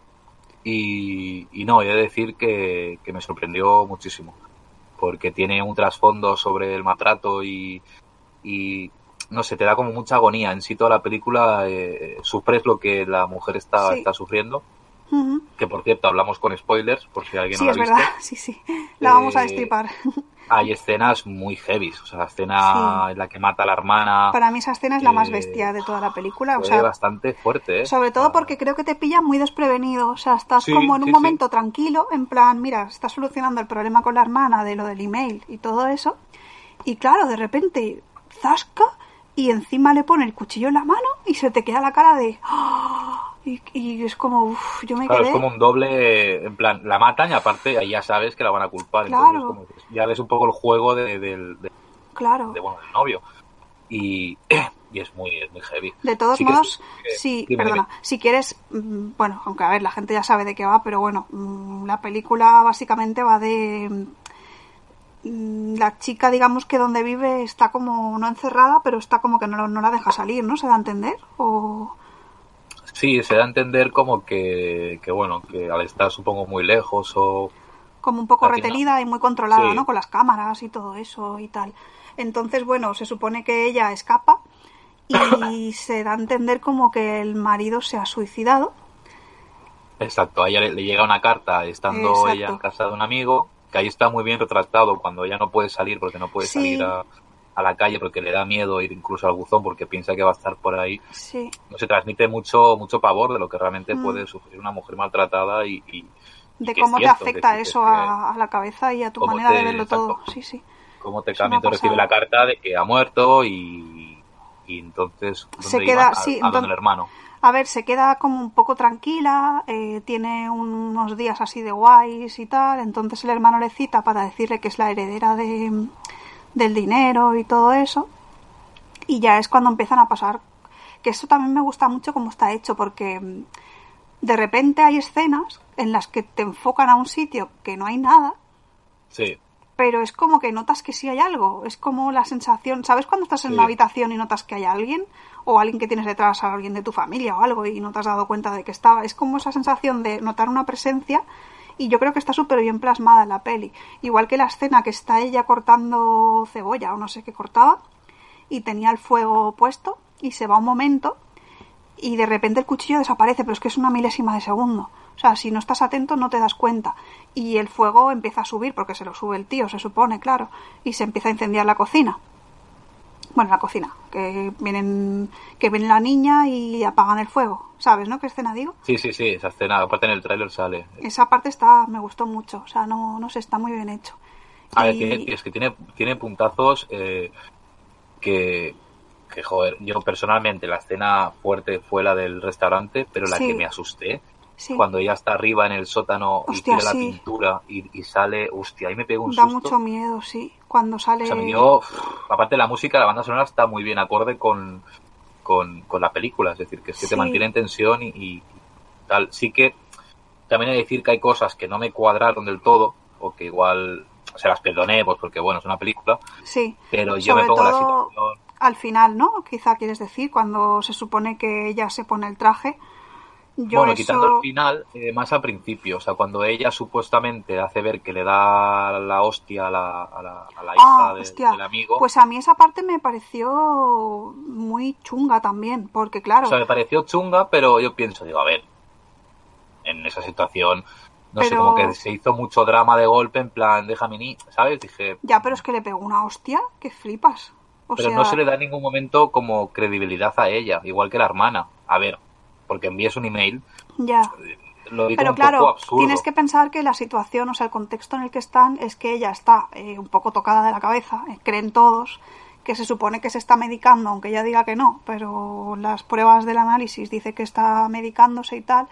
A: Y, y no, he de decir que, que me sorprendió muchísimo, porque tiene un trasfondo sobre el maltrato y, y no sé, te da como mucha agonía. En sí toda la película eh, sufres lo que la mujer está,
B: Sí.
A: está sufriendo,
B: Ujú.
A: que por cierto hablamos con spoilers, por si alguien
B: Sí,
A: no
B: es
A: la ha visto.
B: verdad, sí, sí. La vamos a
A: Eh,
B: destripar.
A: hay escenas muy heavy, o sea, la escena
B: Sí.
A: en la que mata a la hermana
B: Para mí esa escena es la más
A: ah, eh,
B: bestia de toda la película. O
A: fue
B: sea,
A: bastante fuerte. ¿eh?
B: sobre
A: O sea,
B: todo porque creo que te pilla muy desprevenido. O sea, estás
A: Sí,
B: como en un
A: sí, sí.
B: momento tranquilo, en plan, mira, estás solucionando el problema con la hermana de lo del email y todo eso. Y claro, de repente, zasca y encima le pone el cuchillo en la mano y se te queda la cara de... "Ah", Y, y es como, uff, yo me
A: Claro, es
B: quedé...
A: como un doble, en plan, la matan y aparte ahí ya sabes que la van a culpar.
B: Claro.
A: Entonces, como dices, ya ves un poco el juego de- del de-
B: Claro.
A: de, bueno, del novio. Y, y es muy es muy heavy.
B: De todos
A: Sí que es-
B: modos,
A: que-
B: sí,
A: dime,
B: perdona,
A: dime.
B: si quieres, mm, bueno, aunque a ver, la gente ya sabe de qué va, pero bueno, mm, la película básicamente va de mm, la chica, digamos que donde vive está como no encerrada, pero está como que no, no la deja salir, ¿no? ¿Se da a entender? O
A: Sí, se da a entender como que, que, bueno, que al estar supongo muy lejos o...
B: como un poco
A: Al final-
B: retenida y muy controlada,
A: Sí.
B: ¿no? Con las cámaras y todo eso y tal. Entonces, bueno, se supone que ella escapa y se da a entender como que el marido se ha suicidado.
A: Exacto, a ella le, le llega una carta estando
B: Exacto.
A: ella en casa de un amigo, que ahí está muy bien retratado cuando ella no puede salir porque no puede
B: Sí.
A: salir a, a la calle porque le da miedo ir incluso al buzón porque piensa que va a estar por ahí.
B: Sí.
A: no se transmite mucho mucho pavor de lo que realmente
B: Mm.
A: puede sufrir una mujer maltratada y, y- y
B: de
A: que
B: cómo
A: es cierto,
B: te afecta
A: que dices
B: eso a, a la cabeza y a tu
A: cómo
B: manera de
A: te-
B: verlo
A: exacto.
B: todo. Sí, sí.
A: que cómo te
B: es una
A: cambia, entonces recibe
B: pasada.
A: la carta de que ha muerto y, y entonces ¿dónde
B: Se
A: iban?
B: queda-
A: a, a
B: sí,
A: donde
B: entonces-
A: el hermano
B: A ver, se queda como un poco tranquila, eh, tiene unos días así de guays y tal, entonces el hermano le cita para decirle que es la heredera de, del dinero y todo eso, y ya es cuando empiezan a pasar, que eso también me gusta mucho cómo está hecho, porque mm, de repente hay escenas en las que te enfocan a un sitio que no hay nada,
A: sí
B: pero es como que notas que sí hay algo. Es como la sensación, ¿sabes cuando estás en
A: Sí.
B: una habitación y notas que hay alguien? O alguien que tienes detrás, a alguien de tu familia o algo y no te has dado cuenta de que estaba. Es como esa sensación de notar una presencia y yo creo que está súper bien plasmada en la peli. Igual que la escena que está ella cortando cebolla o no sé qué cortaba y tenía el fuego puesto y se va un momento y de repente el cuchillo desaparece, pero es que es una milésima de segundo. O sea, si no estás atento no te das cuenta. Y el fuego empieza a subir, porque se lo sube el tío, se supone, claro, y se empieza a incendiar la cocina. Bueno, la cocina, que vienen, que viene la niña y apagan el fuego. ¿Sabes, no? ¿Qué escena digo?
A: Sí, sí, sí, esa escena, aparte en el tráiler sale.
B: Esa parte está, me gustó mucho, o sea, no, no sé, está muy bien hecho.
A: A ver, tiene- es que tiene, tiene puntazos eh, que, que, joder, yo personalmente la escena fuerte fue la del restaurante, pero la
B: Sí.
A: que me asusté,
B: Sí,
A: cuando ella está arriba en el sótano
B: Hostia,
A: y tira
B: sí.
A: la pintura y, y sale, hostia, ahí me pegó un
B: da
A: susto.
B: mucho miedo, sí. Cuando sale...
A: O sea, me dio, uff, aparte de la música, la banda sonora está muy bien acorde con, con, con la película, es decir, que es que
B: Sí.
A: te mantiene en tensión y, y tal. Sí que también he de decir que hay cosas que no me cuadraron del todo, o que igual se las perdoné, pues porque bueno, es una película,
B: Sí,
A: pero yo
B: Sobre
A: me pongo en la
B: todo-
A: situación.
B: al final, ¿no? Quizá quieres decir, cuando se supone que ella se pone el traje. Yo
A: bueno,
B: eso...
A: quitando el final, eh, más al principio, o sea, cuando ella supuestamente hace ver que le da la hostia a la, a la, a la
B: Ah,
A: hija de-
B: hostia.
A: del amigo,
B: Pues a mí esa parte me pareció muy chunga también, porque claro,
A: O sea, me pareció chunga, pero yo pienso, digo, a ver, en esa situación, no sé,
B: Pero-
A: como que se hizo mucho drama de golpe, en plan, déjame ni, ¿sabes? Dije,
B: ya, pero es que le pegó una hostia, que flipas. O
A: pero
B: sea,
A: no se le da en ningún momento como credibilidad a ella, igual que la hermana. A ver, porque envíes un email,
B: ya.
A: lo digo
B: Pero
A: un poco
B: claro,
A: absurdo.
B: tienes que pensar que la situación, o sea, el contexto en el que están es que ella está eh, un poco tocada de la cabeza, eh, creen todos que se supone que se está medicando, aunque ella diga que no, pero las pruebas del análisis dice que está medicándose y tal,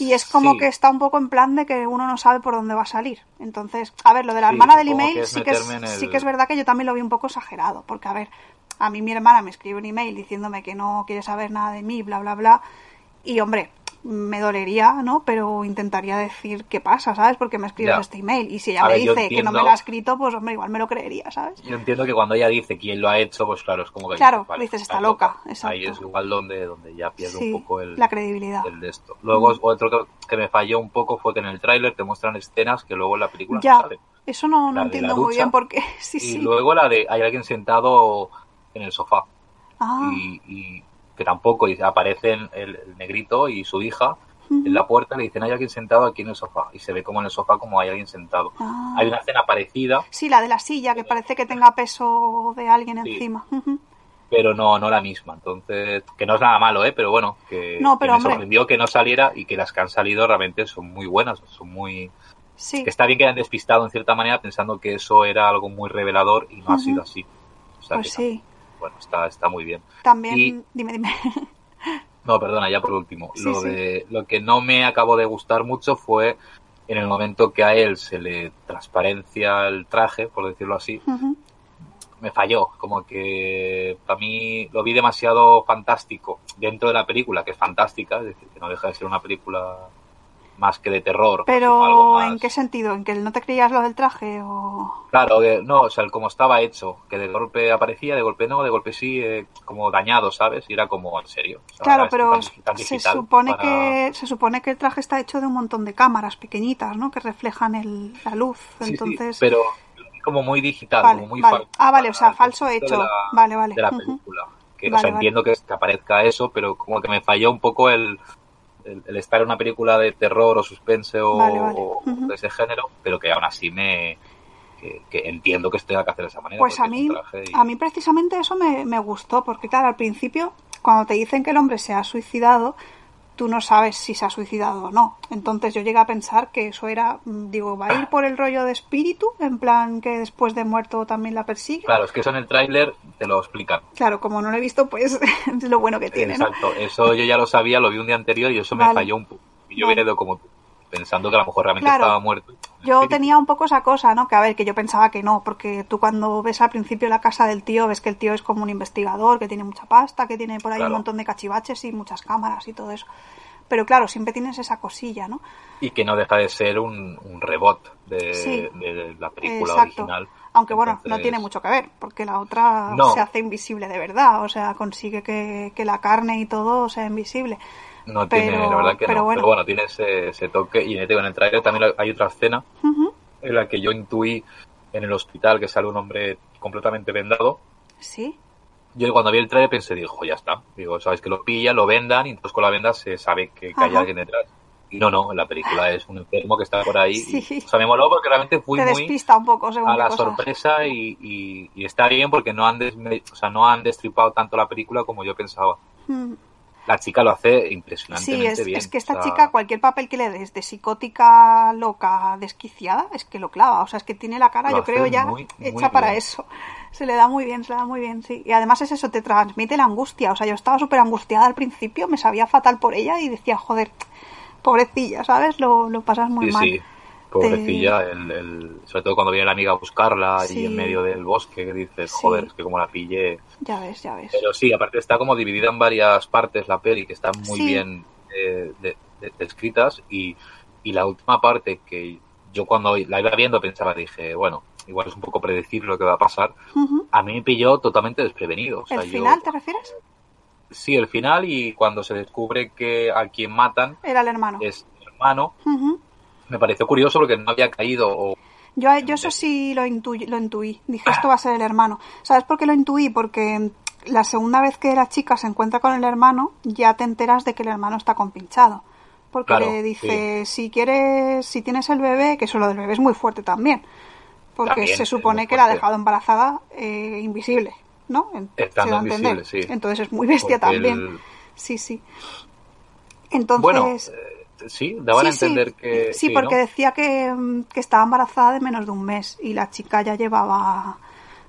B: y es como
A: Sí,
B: que está un poco en plan de que uno no sabe por dónde va a salir. Entonces, a ver, lo de la
A: Sí,
B: hermana del
A: supongo
B: email
A: que es
B: sí, que es,
A: meterme en el-
B: sí que es verdad que yo también lo vi un poco exagerado, porque a ver, a mí mi hermana me escribe un email diciéndome que no quiere saber nada de mí, bla, bla, bla, y hombre, me dolería, ¿no? Pero intentaría decir qué pasa, ¿sabes? Porque me escribes
A: Ya.
B: este email, y si ella
A: A
B: me
A: ver, yo
B: dice que no me
A: entiendo.
B: la ha escrito, pues hombre, igual me lo creería, ¿sabes?
A: Yo entiendo que cuando ella dice quién lo ha hecho, pues claro, es como que
B: Claro,
A: vale,
B: dices,
A: está
B: está loca,
A: Ahí
B: exacto.
A: es igual donde, donde ya pierde
B: Sí,
A: un poco el,
B: la Mm. credibilidad.
A: el de esto. Luego, otro que, que me falló un poco fue que en el tráiler te muestran escenas que luego en la película
B: Ya,
A: no salen.
B: eso no, no
A: La de la
B: entiendo muy
A: ducha
B: bien porque
A: Y
B: sí, Este sí.
A: luego la de hay alguien sentado en el sofá.
B: Ah,
A: Y, y que tampoco, y aparecen el, el negrito y su hija
B: ujú.
A: en la puerta y le dicen hay alguien sentado aquí en el sofá. Y se ve como en el sofá como hay alguien sentado.
B: Ah.
A: Hay una escena parecida,
B: Sí, la de la silla, que parece que tenga peso de alguien
A: Sí.
B: encima. Ujú.
A: pero no, no la misma. Entonces, que no es nada malo, ¿eh? Pero bueno, que,
B: No,
A: que
B: pero
A: me
B: hombre.
A: sorprendió que no saliera y que las que han salido realmente son muy buenas, son muy...
B: Sí,
A: que está bien que hayan despistado en cierta manera pensando que eso era algo muy revelador y no ha
B: Ujú.
A: sido así. O sea,
B: pues
A: que
B: sí.
A: bueno, está, está muy bien.
B: También,
A: Y-
B: dime, dime.
A: No, perdona, ya por último.
B: Sí,
A: lo,
B: sí.
A: De, lo que no me acabó de gustar mucho fue en el momento que a él se le transparencia el traje, por decirlo así,
B: Ujú.
A: me falló. Como que para mí lo vi demasiado fantástico dentro de la película, que es fantástica, es decir, que no deja de ser una película más que de terror. sino algo
B: Pero,
A: más...
B: ¿en qué sentido? ¿En que no te creías lo del traje? O...
A: Claro, que- no, o sea, el como estaba hecho, que de golpe aparecía, de golpe no, de golpe sí, eh, como dañado, ¿sabes? Y era como, en serio. O sea,
B: Claro,
A: ahora
B: pero
A: esto tan- tan
B: se
A: digital
B: supone,
A: para-
B: que, se supone que el traje está hecho de un montón de cámaras pequeñitas, ¿no? Que reflejan el- la luz.
A: Sí, sí,
B: Entonces,
A: pero como muy digital,
B: vale,
A: como muy
B: vale.
A: falso.
B: Ah, vale, o
A: para
B: sea,
A: el
B: falso
A: concepto
B: hecho.
A: De la,
B: Vale, vale.
A: de la
B: Ujú.
A: película. Que, o
B: Vale,
A: sea,
B: vale.
A: entiendo que, que aparezca eso, pero como que me falló un poco el, el, el estar en una película de terror o suspense o,
B: Vale, vale.
A: o
B: Ujú.
A: de ese género, pero que aún así me... Que, que entiendo que esto tenga que hacer de esa manera.
B: Pues a
A: porque es
B: mí,
A: un traje y-
B: a mí precisamente eso me, me gustó, porque claro, al principio, cuando te dicen que el hombre se ha suicidado, tú no sabes si se ha suicidado o no. Entonces yo llegué a pensar que eso era, mm, digo, va a ir por el rollo de espíritu, en plan que después de muerto también la persigue.
A: Claro, es que eso en el tráiler te lo explican.
B: Claro, como no lo he visto, pues es lo bueno que tiene, ¿no?
A: Exacto, eso yo ya lo sabía, lo vi un día anterior y eso
B: Vale.
A: me falló un poco. Y yo
B: Vale.
A: hubiera ido como tú, pensando que a lo mejor realmente
B: Claro.
A: estaba muerto.
B: Yo tenía un poco esa cosa, ¿no? Que a ver, que yo pensaba que no, porque tú cuando ves al principio la casa del tío, ves que el tío es como un investigador, que tiene mucha pasta, que tiene por ahí un
A: Claro.
B: montón de cachivaches y muchas cámaras y todo eso. Pero claro, siempre tienes esa cosilla, ¿no?
A: Y que no deja de ser un, un rebot de,
B: Sí.
A: de la película
B: Exacto.
A: original.
B: Aunque bueno, no
A: Entonces,
B: tiene mucho que ver, porque la otra
A: No.
B: se hace invisible de verdad, o sea, consigue que, que la carne y todo sea invisible.
A: No
B: pero-
A: tiene, la verdad que
B: pero
A: no.
B: bueno.
A: Pero bueno, tiene ese, ese toque. Y en el- en el trailer también hay otra escena
B: Ujú.
A: en la que yo intuí en el hospital que sale un hombre completamente vendado.
B: Sí,
A: yo cuando vi el trailer pensé, dijo, ya está. Digo, sabes que lo pillan, lo vendan y entonces con la venda se sabe que, que hay
B: Ajá.
A: alguien detrás. Y no, no, en la película es un enfermo que está por ahí. y-
B: Sí.
A: o sea, me moló porque realmente fui
B: Te
A: muy
B: despista un poco, según
A: a
B: qué
A: la
B: cosas.
A: sorpresa y, y- y está bien porque no han, desme- o sea, no han destripado tanto la película como yo pensaba.
B: Mm.
A: La chica lo hace
B: Sí,
A: impresionantemente
B: es,
A: bien.
B: es que esta
A: o sea,
B: chica, cualquier papel que le des, de psicótica, loca, desquiciada, es que lo clava. O sea, es que tiene la cara,
A: Lo
B: yo creo,
A: hace
B: ya
A: muy, muy
B: hecha para
A: bien.
B: eso. Se le da muy bien, se le da muy bien, sí. Y además es eso, te transmite la angustia. O sea, yo estaba súper angustiada al principio, me sabía fatal por ella y decía, joder, pobrecilla, ¿sabes? Lo, lo pasas muy
A: sí,
B: mal. Eh,
A: sí. Pobrecilla, el, el- sobre todo cuando viene la amiga a buscarla
B: Sí.
A: y en medio del bosque que dices,
B: Sí.
A: joder, es que como la pillé.
B: Ya ves, ya ves.
A: Pero sí, aparte está como dividida en varias partes la peli, que están muy
B: Sí.
A: bien eh, de- de- descritas. Y, y la última parte que yo cuando la iba viendo pensaba, dije, bueno, igual es un poco predecible lo que va a pasar.
B: Ujú.
A: A mí me pilló totalmente desprevenido. O sea,
B: ¿El
A: yo-
B: final te refieres?
A: Sí, el final y cuando se descubre que a quien matan
B: Era el hermano.
A: es el hermano.
B: Ujú.
A: Me pareció curioso porque no había caído o
B: Yo, a- yo eso sí lo, intuy- lo intuí. Dije,
A: Ah.
B: esto va a ser el hermano. ¿Sabes por qué lo intuí? Porque la segunda vez que la chica se encuentra con el hermano, ya te enteras de que el hermano está compinchado. Porque
A: Claro,
B: le dice, si quieres, si tienes el bebé, que eso lo del bebé es muy fuerte también. Porque
A: También,
B: se
A: es muy
B: supone que la ha
A: fuerte.
B: dejado embarazada eh, invisible, ¿no? En-
A: Estando
B: se da a entender.
A: invisible, sí.
B: Entonces es muy bestia
A: Porque el-
B: también. Sí, sí. Entonces,
A: Bueno, eh, sí, daban a
B: Sí, sí.
A: entender que...
B: Sí,
A: sí,
B: porque
A: ¿no?
B: decía que, mm, que estaba embarazada de menos de un mes y la chica ya llevaba.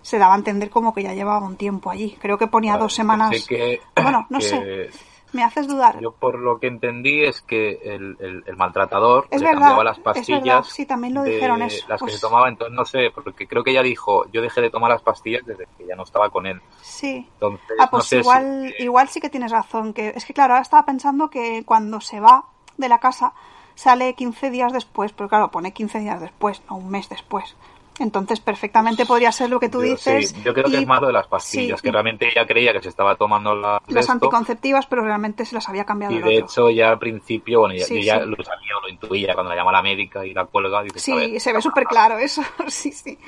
B: Se daba a entender como que ya llevaba un tiempo allí. Creo que ponía
A: Vale,
B: dos semanas. Ah,
A: pensé que-
B: Bueno, no
A: que
B: sé. Me haces dudar.
A: Yo por lo que entendí es que el, el- el maltratador
B: Es
A: le
B: verdad,
A: cambiaba las
B: es
A: pastillas.
B: verdad, sí, también lo
A: de
B: dijeron eso,
A: Las que
B: pues.
A: se tomaba, entonces no sé, porque creo que ella dijo, yo dejé de tomar las pastillas desde que ya no estaba con él.
B: Sí.
A: Entonces,
B: Ah,
A: no
B: pues
A: sé si-
B: igual, igual sí que tienes razón. Que, es que claro, ahora estaba pensando que cuando se va de la casa sale 15 días después, pero claro, pone 15 días después, no un mes después. Entonces perfectamente podría ser lo que tú
A: yo,
B: dices.
A: sí, yo creo que
B: y-
A: es más lo de las
B: sí,
A: pastillas,
B: y
A: que realmente ella creía que se estaba tomando la,
B: las
A: esto,
B: anticonceptivas, pero realmente se las había cambiado
A: y
B: el
A: de
B: otro.
A: hecho ya al principio, bueno, ya-
B: Sí,
A: yo ya
B: sí.
A: lo sabía, lo intuía, cuando la llama la médica y la cuelga, dices, a
B: Sí,
A: ver,
B: se ve súper claro eso. Sí, sí.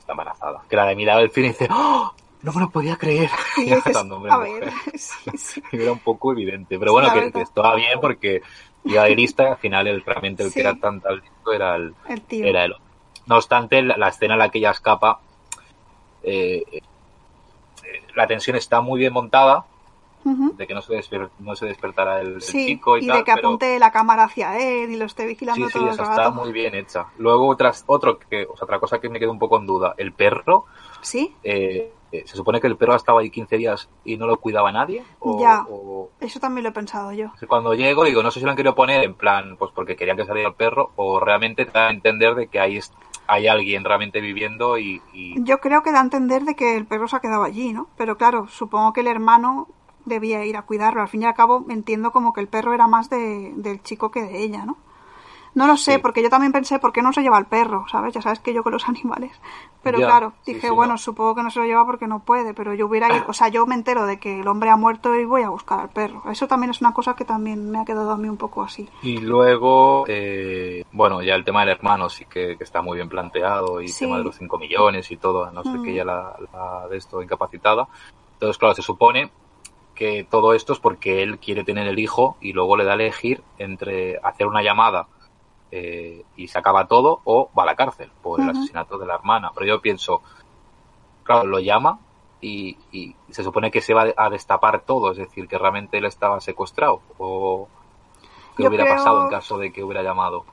A: está embarazada. Que la de miraba el fin y dice, ¡Oh! No me lo podía creer.
B: Y
A: Ya
B: dices,
A: cuando, hombre,
B: a
A: mujer.
B: ver, sí, sí.
A: era un poco evidente. Pero
B: Sí,
A: bueno,
B: la
A: que,
B: verdad.
A: que estaba bien porque iba de lista y al final el, realmente el
B: Sí.
A: que era tan talento era el,
B: El tío.
A: era el otro. No obstante, la, la escena en la que ella escapa, eh, eh, la tensión está muy bien montada,
B: Ujú.
A: de que no se, desper- no se despertara el, el
B: Sí,
A: chico y,
B: y
A: tal,
B: de que
A: pero
B: apunte la cámara hacia él y lo esté
A: sí,
B: vigilando
A: sí,
B: todo el
A: esa está
B: rato.
A: muy bien hecha. Luego otras, otro que, o sea, otra cosa que me quedó un poco en duda, el perro,
B: Sí,
A: eh, eh, se supone que el perro ha estado ahí 15 días y no lo cuidaba nadie, o-
B: Ya.
A: o,
B: eso también lo he pensado yo.
A: Entonces, Cuando llego, digo, no sé si lo han querido poner en plan, pues porque querían que saliera el perro, o realmente te da a entender de que hay, hay alguien realmente viviendo y, y-
B: Yo creo que da a entender de que el perro se ha quedado allí, ¿no? Pero claro, supongo que el hermano debía ir a cuidarlo. Al fin y al cabo, entiendo como que el perro era más de- del chico que de ella, ¿no? No lo sé,
A: Sí.
B: porque yo también pensé, ¿por qué no se lleva el perro? ¿Sabes? Ya sabes que yo con los animales. Pero
A: Ya,
B: claro,
A: sí,
B: dije,
A: sí,
B: bueno,
A: no.
B: supongo que no se lo lleva porque no puede, pero yo hubiera ido. O sea, yo me entero de que el hombre ha muerto y voy a buscar al perro. Eso también es una cosa que también me ha quedado a mí un poco así.
A: Y luego, eh, bueno, ya el tema del hermano sí que, que está muy bien planteado y
B: Sí.
A: tema de los 5 millones y todo, a no sé
B: Mm.
A: que ella la, la de esto incapacitada. Entonces, claro, se supone que todo esto es porque él quiere tener el hijo y luego le da a elegir entre hacer una llamada eh, y se acaba todo o va a la cárcel por el
B: Ujú.
A: asesinato de la hermana. Pero yo pienso, claro, lo llama y, y se supone que se va a destapar todo, es decir, que realmente él estaba secuestrado o qué
B: Yo
A: hubiera
B: creo-
A: pasado en caso de que hubiera llamado.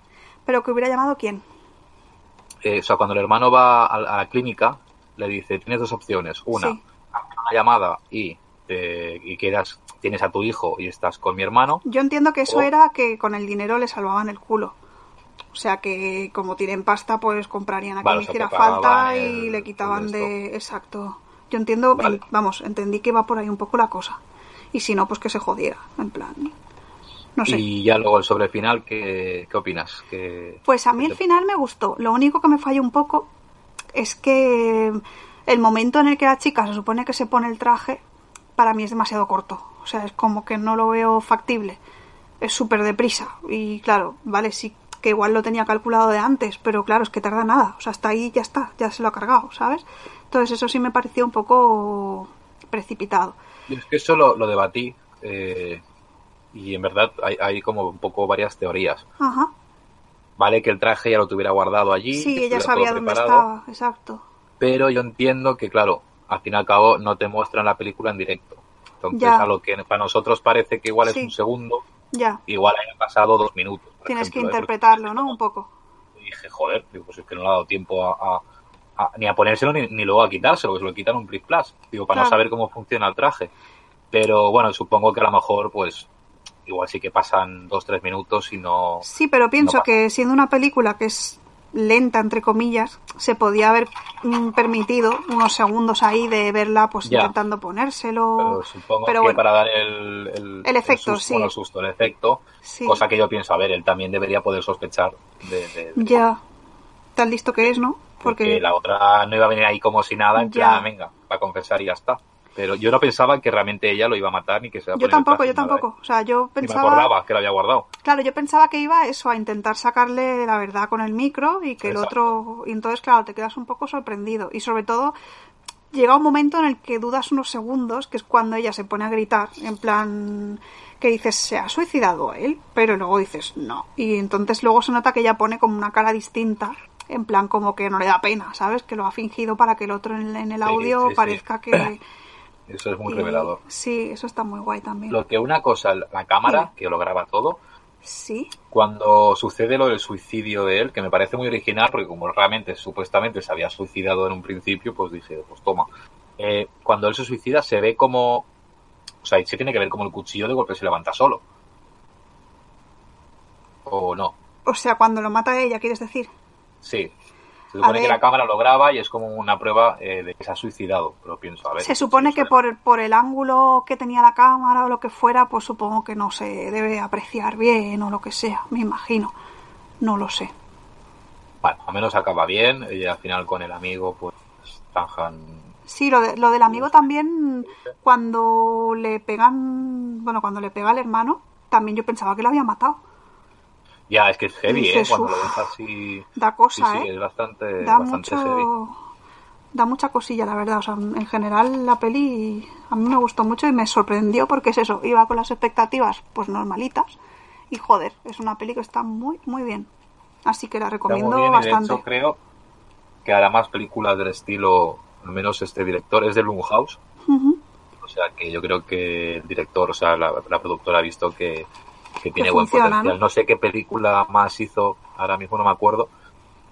B: Pero que hubiera llamado quién?
A: Eh, o sea, cuando el hermano va a, a la clínica, le dice, tienes dos opciones. Una,
B: Sí.
A: hacer una llamada y, eh, y quedas, tienes a tu hijo y estás con mi hermano.
B: Yo entiendo que eso
A: O-
B: era que con el dinero le salvaban el culo. O sea que como tienen pasta, pues comprarían a
A: Vale,
B: quien
A: o sea,
B: hiciera
A: te pagaban
B: falta
A: el-
B: y le
A: el
B: quitaban
A: esto.
B: de... Exacto. Yo entiendo,
A: Vale.
B: vamos, entendí que iba por ahí un poco la cosa. Y si no, pues que se jodiera, en plan. No sé.
A: Y ya luego sobre el final, ¿qué, qué opinas? ¿Qué-
B: Pues a mí
A: qué
B: el
A: te-
B: final me gustó. Lo único que me falló un poco es que el momento en el que la chica se supone que se pone el traje, para mí es demasiado corto. O sea, es como que no lo veo factible. Es súper deprisa. Y claro, vale, sí que igual lo tenía calculado de antes, pero claro, es que tarda nada. O sea, hasta ahí ya está, ya se lo ha cargado, ¿sabes? Entonces eso sí me pareció un poco precipitado.
A: Yo es que eso lo, lo debatí eh, y en verdad hay, hay como un poco varias teorías.
B: Ajá.
A: Vale que el traje ya lo tuviera guardado allí.
B: Sí,
A: que
B: ella
A: estuviera
B: sabía
A: todo
B: dónde
A: preparado,
B: estaba, exacto.
A: Pero yo entiendo que, claro, al fin y al cabo no te muestran la película en directo. Entonces,
B: Ya.
A: a lo que para nosotros parece que igual
B: Sí.
A: es un segundo,
B: Ya,
A: igual hayan pasado dos minutos. por
B: tienes que
A: ejemplo, ¿eh? Porque
B: interpretarlo, ¿no? Un poco.
A: dije, joder, digo, pues es que no le ha dado tiempo a, a- a- ni a ponérselo ni, ni luego a quitárselo, que se lo quitan un plis plas, digo, para no
B: Claro.
A: saber cómo funciona el traje. Pero bueno, supongo que a lo mejor, pues, igual sí que pasan dos, tres minutos y no.
B: Sí, pero pienso
A: pasa.
B: que siendo una película que es lenta, entre comillas, se podía haber mm, permitido unos segundos ahí de verla pues
A: Ya.
B: intentando ponérselo.
A: Pero supongo
B: Oh, pero
A: que
B: bueno.
A: para dar el, el,
B: El efecto,
A: susto,
B: sí.
A: bueno, el susto, el efecto,
B: sí,
A: cosa que yo pienso, a ver, él también debería poder sospechar de, de- de
B: ya. Tan listo que es, ¿no?
A: que
B: Mm, Porque
A: la otra no iba a venir ahí como si nada, en
B: Ya.
A: plan, venga, va a confesar y ya está. Pero yo no pensaba que realmente ella lo iba a matar ni que se iba a
B: yo
A: poner el
B: tampoco,
A: traje
B: yo
A: ni nada, ¿eh?
B: tampoco. O sea, yo
A: Ni me
B: pensaba,
A: acordaba que lo había guardado.
B: claro, yo pensaba que iba eso a intentar sacarle la verdad con el micro y que el
A: Exacto.
B: otro, y entonces claro, te quedas un poco sorprendido y sobre todo llega un momento en el que dudas unos segundos, que es cuando ella se pone a gritar, en plan que dices, se ha suicidado él, pero luego dices, no. Y entonces luego se nota que ella pone como una cara distinta, en plan como que no le da pena, ¿sabes? Que lo ha fingido para que el otro en, en el
A: Sí,
B: audio
A: sí, sí.
B: parezca que...
A: Eso es muy
B: y-
A: revelador.
B: Sí, eso está muy guay también.
A: Lo que una cosa, la cámara,
B: Dime.
A: que lo graba todo,
B: Sí,
A: cuando sucede lo del suicidio de él, que me parece muy original, porque como realmente supuestamente se había suicidado en un principio, pues dije, pues toma. Eh, cuando él se suicida se ve como... O sea, se tiene que ver como el cuchillo de golpe se levanta solo. ¿O no?
B: o sea, cuando lo mata ella, quieres decir.
A: Sí. Se
B: A
A: supone que
B: ver.
A: la cámara lo graba y es como una prueba eh, de que se ha suicidado, pero pienso, a ver.
B: Se supone
A: si
B: que
A: eso-
B: por, por el ángulo que tenía la cámara o lo que fuera, pues supongo que no se debe apreciar bien o lo que sea, me imagino. No lo sé.
A: Bueno, al menos acaba bien y al final con el amigo pues zanjan
B: Sí, lo, de- lo del amigo también, cuando le pegan, bueno, cuando le pega al hermano, también yo pensaba que lo había matado.
A: Ya, es que es heavy, ¿eh?
B: Dices,
A: Cuando lo
B: "Uf".
A: ves así...
B: Da
A: Sí,
B: cosa,
A: sí,
B: ¿eh?
A: es bastante,
B: Da
A: bastante
B: mucho...
A: heavy.
B: Da mucha cosilla, la verdad. O sea, en general la peli a mí me gustó mucho y me sorprendió porque es eso, iba con las expectativas pues normalitas y joder, es una peli que está muy, muy bien. Así que la
A: Está
B: recomiendo
A: muy bien y de
B: bastante.
A: hecho creo que hará más películas del estilo, al menos este director, es de Blumhouse.
B: Ujú,
A: O sea que yo creo que el director, o sea, la, la productora ha visto que, que tiene buen
B: funciona,
A: potencial.
B: ¿no?
A: ¿no? sé qué película más hizo, ahora mismo no me acuerdo,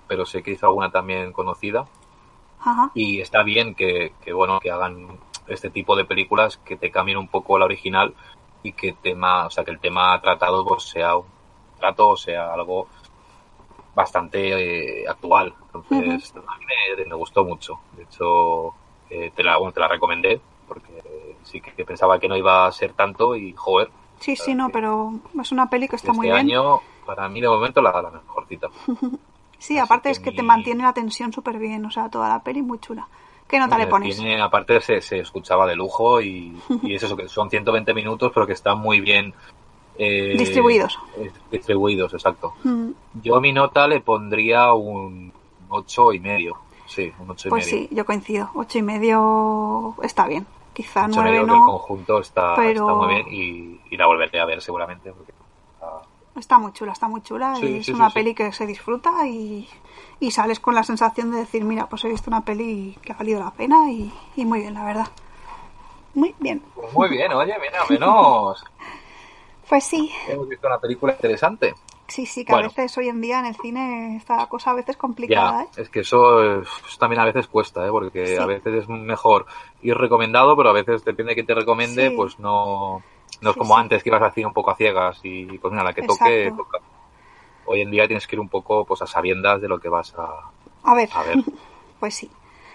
A: pero sé que hizo alguna también conocida.
B: Ajá.
A: Y está bien que, que, bueno, que hagan este tipo de películas que te cambien un poco la original y que tema, o sea, que el tema tratado pues, sea un trato, o sea, algo bastante eh, actual. Entonces, a mí me, me gustó mucho. De hecho, eh, te, la, bueno, te la recomendé porque sí que pensaba que no iba a ser tanto y, joder,
B: Sí, sí, no, pero es una peli que está muy
A: este
B: bien.
A: año, para mí de momento, la, la mejor cita.
B: Sí,
A: Así
B: aparte
A: que
B: es que te
A: mi-
B: mantiene la tensión súper bien, o sea, toda la peli muy chula. ¿Qué nota le
A: Eh,
B: pones?
A: tiene- aparte se, se escuchaba de lujo y, y es eso, que son 120 minutos, pero que están muy bien eh,
B: Distribuidos.
A: eh, distribuidos, exacto.
B: Mm,
A: Yo a mi nota le pondría un ocho y medio. Sí, un ocho y
B: Pues
A: medio.
B: sí, yo coincido. Ocho y medio está bien. Quizá
A: Ocho y medio
B: nueve
A: que el
B: no.
A: conjunto está,
B: pero-
A: está muy bien y, y la volveré a ver seguramente. porque está-
B: Está muy chula, está muy chula.
A: Sí,
B: y es
A: sí, sí,
B: una
A: sí.
B: peli que se disfruta y, y sales con la sensación de decir, mira, pues he visto una peli que ha valido la pena y, y muy bien, la verdad. Muy bien.
A: Pues muy bien, oye, mira, menos.
B: Pues sí,
A: Hemos visto una película interesante.
B: sí, sí, que
A: Bueno.
B: a veces hoy en día en el cine esta cosa a veces
A: Ya,
B: complicada, ¿eh?
A: es que eso, eh, eso también a veces cuesta, ¿eh? porque
B: Sí.
A: a veces es mejor ir recomendado, pero a veces depende de quién te recomiende,
B: Sí.
A: pues no, no es
B: Sí,
A: como
B: sí.
A: antes que ibas así un poco a ciegas y pues mira, la que toque,
B: Exacto.
A: toca. Hoy en día tienes que ir un poco pues a sabiendas de lo que vas a,
B: A ver,
A: a ver.
B: pues sí.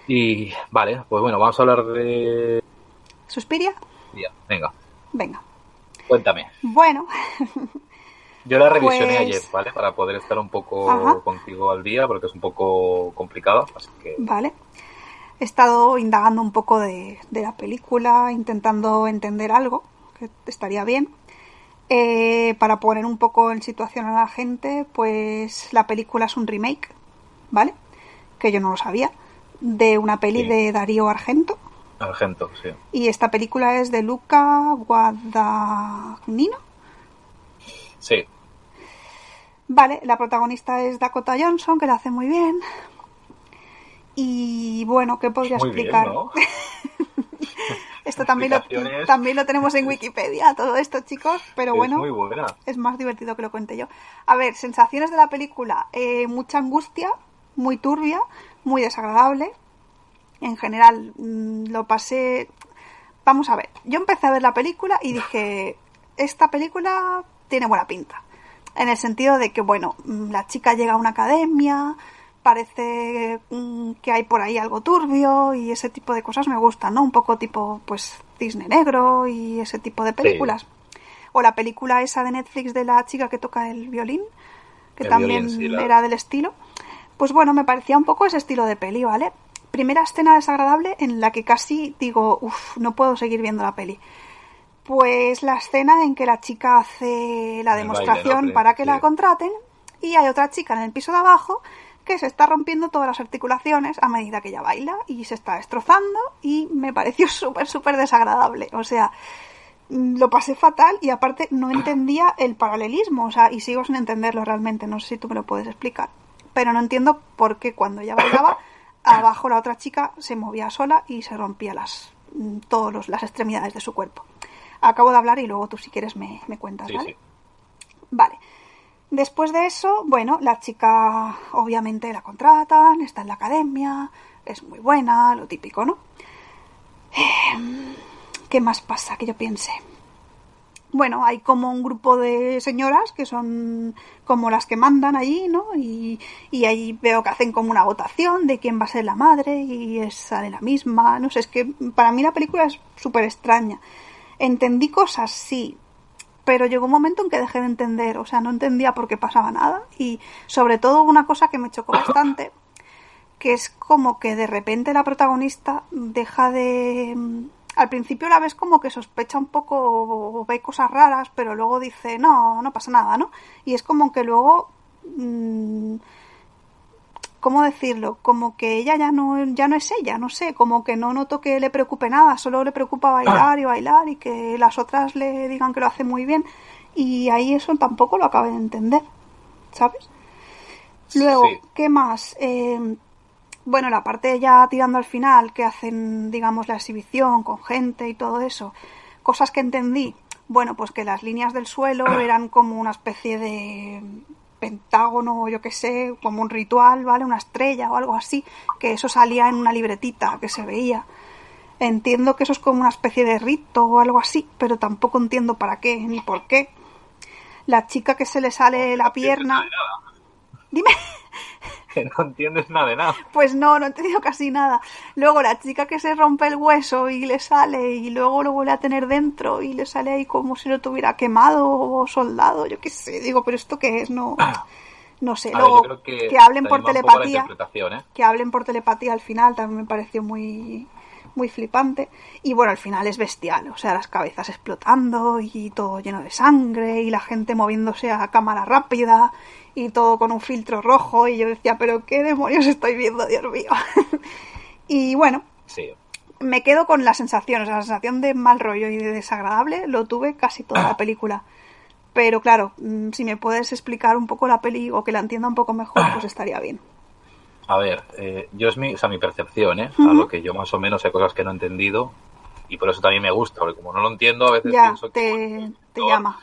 A: Y vale, pues bueno, vamos a hablar de...
B: ¿Suspiria?
A: Ya, venga,
B: Venga.
A: cuéntame.
B: Bueno,
A: Yo la revisioné
B: Pues-
A: ayer, ¿vale? Para poder estar un poco
B: Ajá.
A: contigo al día, porque es un poco complicada, así que...
B: Vale. He estado indagando un poco de, de la película, intentando entender algo, que estaría bien. Eh, para poner un poco en situación a la gente, pues la película es un remake, ¿vale? Que yo no lo sabía, de una peli
A: Sí.
B: de Darío Argento,
A: Argento, sí.
B: Y esta película es de Luca Guadagnino.
A: Sí.
B: Vale, la protagonista es Dakota Johnson, que la hace muy bien. Y bueno, ¿qué podría
A: Muy bien,
B: explicar?
A: ¿no?
B: Esto también lo,
A: Explicaciones.
B: también lo tenemos en Wikipedia, todo esto, chicos, pero bueno.
A: Es muy buena.
B: Es más divertido que lo cuente yo. A ver, sensaciones de la película. eh, mucha angustia, muy turbia, muy desagradable. En general, mm, lo pasé... Vamos a ver, yo empecé a ver la película y dije, esta película tiene buena pinta. En el sentido de que, bueno, mm, la chica llega a una academia, parece mm, que hay por ahí algo turbio y ese tipo de cosas me gustan, ¿no? Un poco tipo, pues, Disney Negro y ese tipo de películas. O la película esa de Netflix de la chica que toca el violín, que
A: El
B: también
A: violín, sí, la-
B: era del estilo. Pues bueno, me parecía un poco ese estilo de peli, ¿vale? Primera escena desagradable en la que casi digo, uff, no puedo seguir viendo la peli. Pues la escena en que la chica hace la
A: El
B: demostración
A: baile, ¿no?
B: para que la
A: Sí.
B: contraten y hay otra chica en el piso de abajo que se está rompiendo todas las articulaciones a medida que ella baila y se está destrozando y me pareció súper, súper desagradable. O sea, mm, lo pasé fatal y aparte no entendía el paralelismo, o sea, y sigo sin entenderlo realmente, no sé si tú me lo puedes explicar, pero no entiendo por qué cuando ella bailaba, abajo la otra chica se movía sola y se rompía las, mm, todos los- las extremidades de su cuerpo. Acabo de hablar y luego tú si quieres me, me cuentas,
A: Sí,
B: ¿vale?
A: sí.
B: Vale. Después de eso, bueno, la chica obviamente la contratan, está en la academia, es muy buena, lo típico, ¿no? Em, ¿Qué más pasa que yo piense? Bueno, hay como un grupo de señoras que son como las que mandan allí, ¿no? Y, y ahí veo que hacen como una votación de quién va a ser la madre y esa de la misma. No sé, es que para mí la película es súper extraña. Entendí cosas, sí, pero llegó un momento en que dejé de entender, o sea, no entendía por qué pasaba nada y sobre todo una cosa que me chocó bastante, que es como que de repente la protagonista deja de... mm, Al principio la ves como que sospecha un poco o ve cosas raras, pero luego dice, no, no pasa nada, ¿no? Y es como que luego... mm, ¿Cómo decirlo? Como que ella ya no, ya no es ella, no sé, como que no noto que le preocupe nada, solo le preocupa bailar y bailar y que las otras le digan que lo hace muy bien. Y ahí eso tampoco lo acabé de entender, ¿sabes? Luego,
A: Sí.
B: ¿qué más? Eh, bueno, la parte ya tirando al final, que hacen, digamos, la exhibición con gente y todo eso. Cosas que entendí. Bueno, pues que las líneas del suelo eran como una especie de pentágono, o yo qué sé, como un ritual, ¿vale? Una estrella o algo así, que eso salía en una libretita que se veía. Entiendo que eso es como una especie de rito o algo así, pero tampoco entiendo para qué ni por qué. La chica que se le sale la pierna. Dime.
A: No entiendes nada de nada.
B: Pues no, no he entendido casi nada. Luego la chica que se rompe el hueso y le sale y luego lo vuelve a tener dentro y le sale ahí como si lo tuviera quemado o soldado, yo qué sé. Digo, pero esto qué es, no, no sé.
A: Ah. A ver,
B: Eh, Luego
A: yo creo
B: que,
A: que,
B: hablen
A: también va un
B: por
A: poco a
B: telepatía,
A: La interpretación, ¿eh?
B: que hablen por telepatía al final también me pareció muy muy flipante y bueno al final es bestial o sea las cabezas explotando y todo lleno de sangre y la gente moviéndose a cámara rápida y todo con un filtro rojo y yo decía pero qué demonios estoy viendo Dios mío y bueno
A: Sí.
B: me quedo con la sensación, o sea, la sensación de mal rollo y de desagradable lo tuve casi toda la película. Pero claro, mm, si me puedes explicar un poco la peli o que la entienda un poco mejor, pues estaría bien.
A: A ver, eh, yo es mi, o sea, mi percepción, ¿eh?
B: Ujú.
A: A lo que yo más o menos hay cosas que no he entendido y por eso también me gusta, porque como no lo entiendo, a veces
B: Ya,
A: pienso que
B: te, te
A: no.
B: llama.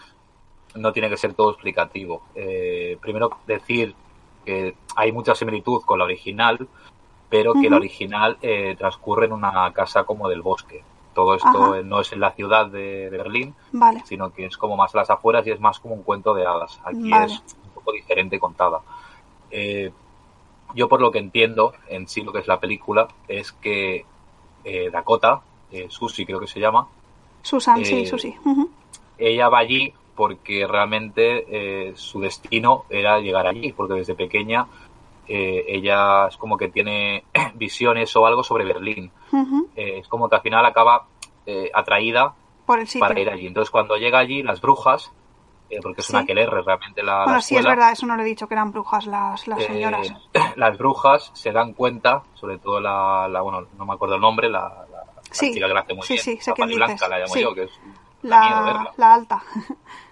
A: no tiene que ser todo explicativo. Eh, primero decir que hay mucha similitud con la original, pero que la
B: Ujú.
A: original eh, transcurre en una casa como del bosque. Todo esto
B: Ajá.
A: eh, no es en la ciudad de, de Berlín,
B: Vale.
A: sino que es como más a las afueras y es más como un cuento de hadas. Aquí
B: Vale.
A: es un poco diferente contada. Eh, yo por lo que entiendo en sí lo que es la película es que eh, Dakota, eh, Susie creo que se llama,
B: Susan, sí,
A: Eh,
B: Susi. Ujú.
A: ella va allí porque realmente eh, su destino era llegar allí, porque desde pequeña eh, ella es como que tiene visiones o algo sobre Berlín.
B: Ujú.
A: Eh, es como que al final acaba eh, atraída
B: Por el sitio.
A: para ir allí. Entonces cuando llega allí, las brujas, eh, porque es
B: Sí.
A: una quelerre realmente la, la
B: bueno, sí, es
A: escuela,
B: verdad, eso no lo he dicho, que eran brujas las, las
A: eh,
B: señoras.
A: las brujas se dan cuenta, sobre todo la, la- bueno, no me acuerdo el nombre, la, la-
B: Sí,
A: la chica que la hace muy
B: sí,
A: bien.
B: sí, sé
A: la
B: quién
A: Fanny Blanca
B: dices.
A: la llamo
B: Sí.
A: yo, que es da miedo
B: La,
A: verla.
B: la alta.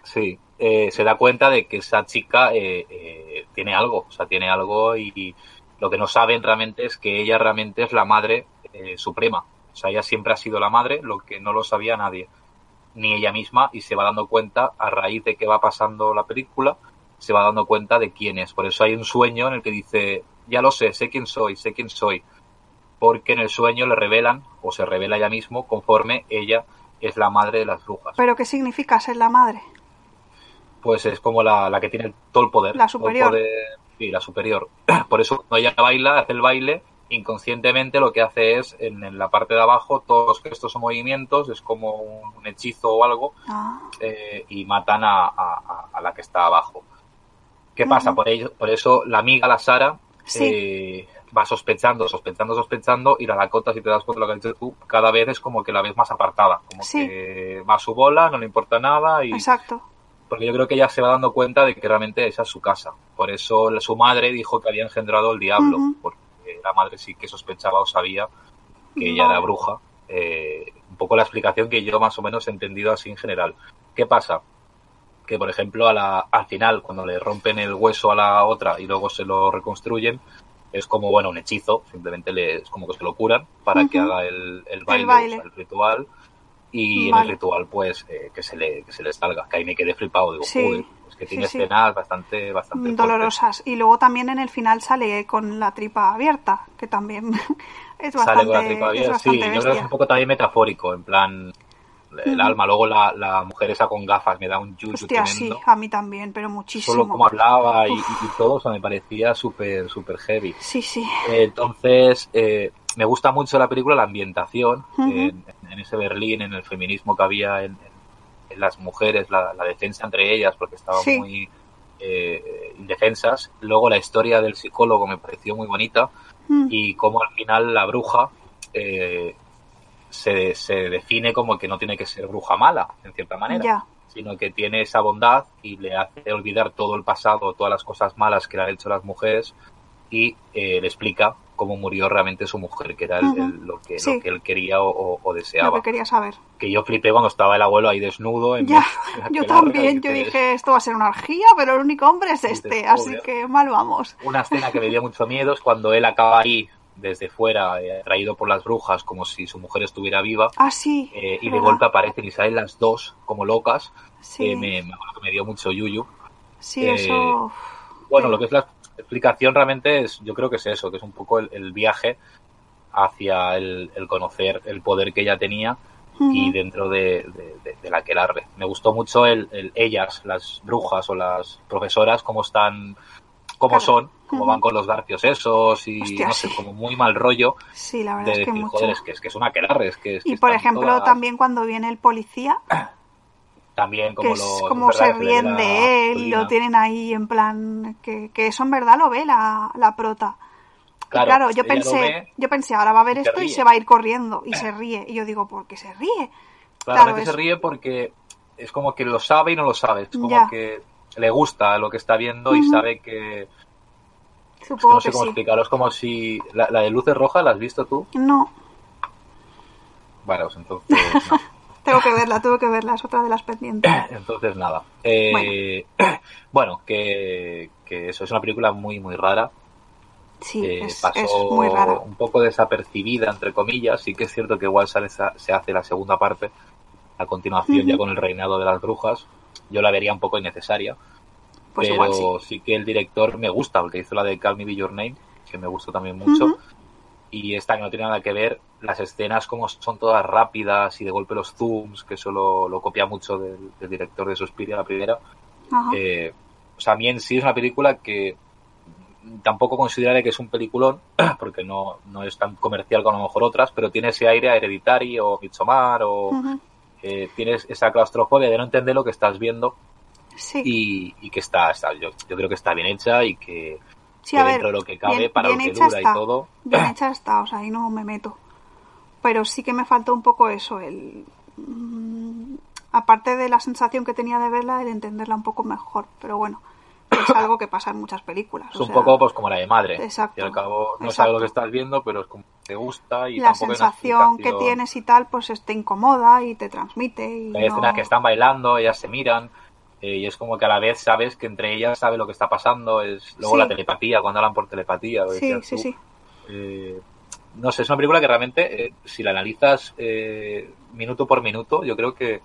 A: Sí, eh, se da cuenta de que esa chica eh, eh, tiene algo, o sea, tiene algo y, y lo que no saben realmente es que ella realmente es la madre eh, suprema. O sea, ella siempre ha sido la madre, lo que no lo sabía nadie, ni ella misma, y se va dando cuenta a raíz de que va pasando la película, se va dando cuenta de quién es. Por eso hay un sueño en el que dice, ya lo sé, sé quién soy, sé quién soy. Porque en el sueño le revelan, o se revela ella mismo, conforme ella es la madre de las brujas.
B: Pero ¿qué significa ser la madre?
A: pues es como la, la que tiene todo el poder.
B: La
A: todo el
B: superior.
A: poder- sí, la superior. Por eso cuando ella baila, hace el baile, inconscientemente lo que hace es, en, en la parte de abajo, todos estos movimientos, es como un, un hechizo o algo,
B: Ah,
A: eh, y matan a, a- a- a la que está abajo. ¿Qué
B: Ujú.
A: pasa? Por, ello, por eso la amiga, la Sara,
B: Sí.
A: eh, va sospechando, sospechando, sospechando, y la Dakota, si te das cuenta de lo que has dicho tú, cada vez es como que la ves más apartada, como
B: Sí.
A: que va a su bola, no le importa nada y
B: exacto.
A: porque yo creo que ella se va dando cuenta de que realmente esa es su casa. Por eso la- su madre dijo que había engendrado el diablo,
B: Ujú.
A: porque la madre sí que sospechaba o sabía que ella era
B: Vale.
A: bruja. Eh, un poco la explicación que yo más o menos he entendido así en general. ¿Qué pasa? Que, por ejemplo, a la, al final, cuando le rompen el hueso a la otra y luego se lo reconstruyen, es como, bueno, un hechizo, simplemente le, es como que se lo curan para que
B: Ujú.
A: haga el, el baile, o
B: baile.
A: sea, el ritual y en
B: Vale.
A: el ritual pues eh, que se le que se le salga que ahí me quedé flipado digo
B: Sí,
A: joder es que
B: sí,
A: tiene
B: sí.
A: escenas bastante bastante
B: Mm,
A: fuertes.
B: Dolorosas. Y luego también en el final sale con la tripa abierta, que también es
A: sale con la
B: bastante,
A: tripa
B: es
A: abierta sí
B: bastante
A: yo creo que es
B: bestia.
A: un poco también metafórico en plan el
B: Ujú.
A: alma luego la, la mujer esa con gafas me da un yuyu
B: Hostia, sí,
A: tremendo
B: a mí también, pero muchísimo.
A: solo como hablaba y,
B: Uf.
A: y- y todo o sea, me parecía súper súper heavy
B: Sí, sí.
A: Entonces, eh, me gusta mucho la película, la ambientación,
B: Ujú.
A: en, en ese Berlín, en el feminismo que había en, en- en las mujeres, la, la defensa entre ellas, porque estaban
B: Sí.
A: muy eh, indefensas. Luego la historia del psicólogo me pareció muy bonita
B: Mm.
A: y cómo al final la bruja eh, se, se define como que no tiene que ser bruja mala, en cierta manera
B: Ya.
A: sino que tiene esa bondad y le hace olvidar todo el pasado, todas las cosas malas que le han hecho las mujeres y eh, le explica cómo murió realmente su mujer, que era el-
B: Ujú.
A: el- lo, que,
B: Sí.
A: lo que él quería o, o- o
B: Lo que
A: deseaba.
B: quería saber.
A: Que yo flipé cuando estaba el abuelo ahí desnudo en
B: Ya,
A: medio de la
B: yo
A: aquelarre,
B: también, yo
A: dices,
B: dije, esto va a ser una orgía, pero el único hombre es
A: dices,
B: este, así
A: "Joder".
B: que mal vamos.
A: Una escena que me dio mucho miedo es cuando él acaba ahí desde fuera, eh, atraído por las brujas, como si su mujer estuviera viva,
B: Ah, sí,
A: eh, y
B: es
A: de
B: verdad.
A: golpe aparecen y salen las dos como locas. Eh,
B: Sí,
A: me, me acuerdo que me dio mucho yuyu.
B: sí,
A: eh,
B: eso. uf,
A: Bueno,
B: pero-
A: lo que es la explicación realmente es, yo creo que es eso, que es un poco el, el viaje hacia el, el conocer el poder que ella tenía y
B: Ujú.
A: dentro de, de, de- de la que larre. Me gustó mucho el, el- ellas, las brujas o las profesoras, cómo están, cómo
B: Claro.
A: son, cómo
B: Ujú.
A: van con los garfios esos y
B: Hostia,
A: no sé,
B: sí.
A: como muy mal rollo
B: Sí, la verdad
A: de
B: es que
A: decir,
B: mucho.
A: joder, es que es, que es una que larre, es que, es que
B: Y por
A: están
B: ejemplo,
A: todas
B: también cuando viene el policía,
A: también
B: que
A: como
B: es
A: los, es
B: como
A: verdad
B: se
A: que se le ve
B: ríen
A: la
B: de él, lo
A: pulina,
B: tienen ahí en plan, que, que eso en verdad lo ve la, la prota. Y
A: claro,
B: claro,
A: ella
B: yo
A: lo
B: pensé,
A: ve
B: yo pensé, ahora va a ver
A: y se
B: esto y se
A: ríe. Eh.
B: va a ir corriendo y se ríe. Y yo digo, ¿por qué se ríe? Claro,
A: Claramente se
B: es
A: ríe porque es como que lo sabe y no lo sabe. Es como
B: ya,
A: que le gusta lo que está viendo y
B: Ujú.
A: sabe que... Es que no
B: supongo
A: sé
B: que
A: cómo
B: sí.
A: explicarlo. Es como si... ¿La, la de luces roja la has visto tú?
B: No,
A: Vale, pues entonces nada.
B: tengo que verla, tengo que verla, es otra de las pendientes.
A: Entonces nada.
B: Bueno,
A: Eh, bueno, que, que eso es una película muy, muy rara.
B: sí,
A: Eh,
B: es, es muy
A: pasó
B: rara.
A: un poco desapercibida, entre comillas. Sí que es cierto que igual sale esa- se hace la segunda parte, a continuación ya
B: Ujú.
A: con el reinado de las brujas. Yo la vería un poco innecesaria.
B: Pues igual sí.
A: pero sí que el director me gusta, porque hizo la de Call Me By Your Name, que me gustó también mucho,
B: Ujú.
A: y esta que no tiene nada que ver, las escenas como son todas rápidas y de golpe los zooms, que eso lo, lo copia mucho del, del director de Suspiria, la primera,
B: Ajá.
A: eh, o sea, a mí en sí es una película que tampoco consideraré que es un peliculón, porque no, no es tan comercial como a lo mejor otras, pero tiene ese aire a Hereditary o Midsommar, o
B: Ujú.
A: eh, tienes esa claustrofobia de no entender lo que estás viendo,
B: Sí.
A: y, y que está, está- yo, yo creo que está bien hecha y que,
B: Sí,
A: que
B: a ver,
A: dentro de lo que cabe,
B: bien,
A: para
B: bien
A: lo que
B: hecha
A: dura y
B: está.
A: todo,
B: Bien hecha está, o sea, ahí no me meto. Pero sí que me faltó un poco eso, el... mm, Aparte de la sensación que tenía de verla, el entenderla un poco mejor. Pero bueno, es algo que pasa en muchas películas.
A: Es
B: o
A: un
B: sea,
A: poco pues como la de madre.
B: Exacto,
A: Y al cabo no
B: exacto.
A: sabes lo que estás viendo, pero es como que te gusta y
B: la
A: tampoco hay una
B: sensación que
A: explicación.
B: tienes y tal, pues es- te incomoda y te transmite. Y
A: Hay escenas
B: no-
A: que están bailando, ellas se miran eh, y es como que a la vez sabes que entre ellas sabe lo que está pasando. Es luego
B: Sí.
A: la telepatía, cuando hablan por telepatía. lo
B: Sí,
A: decías
B: sí,
A: tú.
B: sí.
A: Eh, no sé, es una película que realmente, eh, si la analizas eh, minuto por minuto, yo creo que,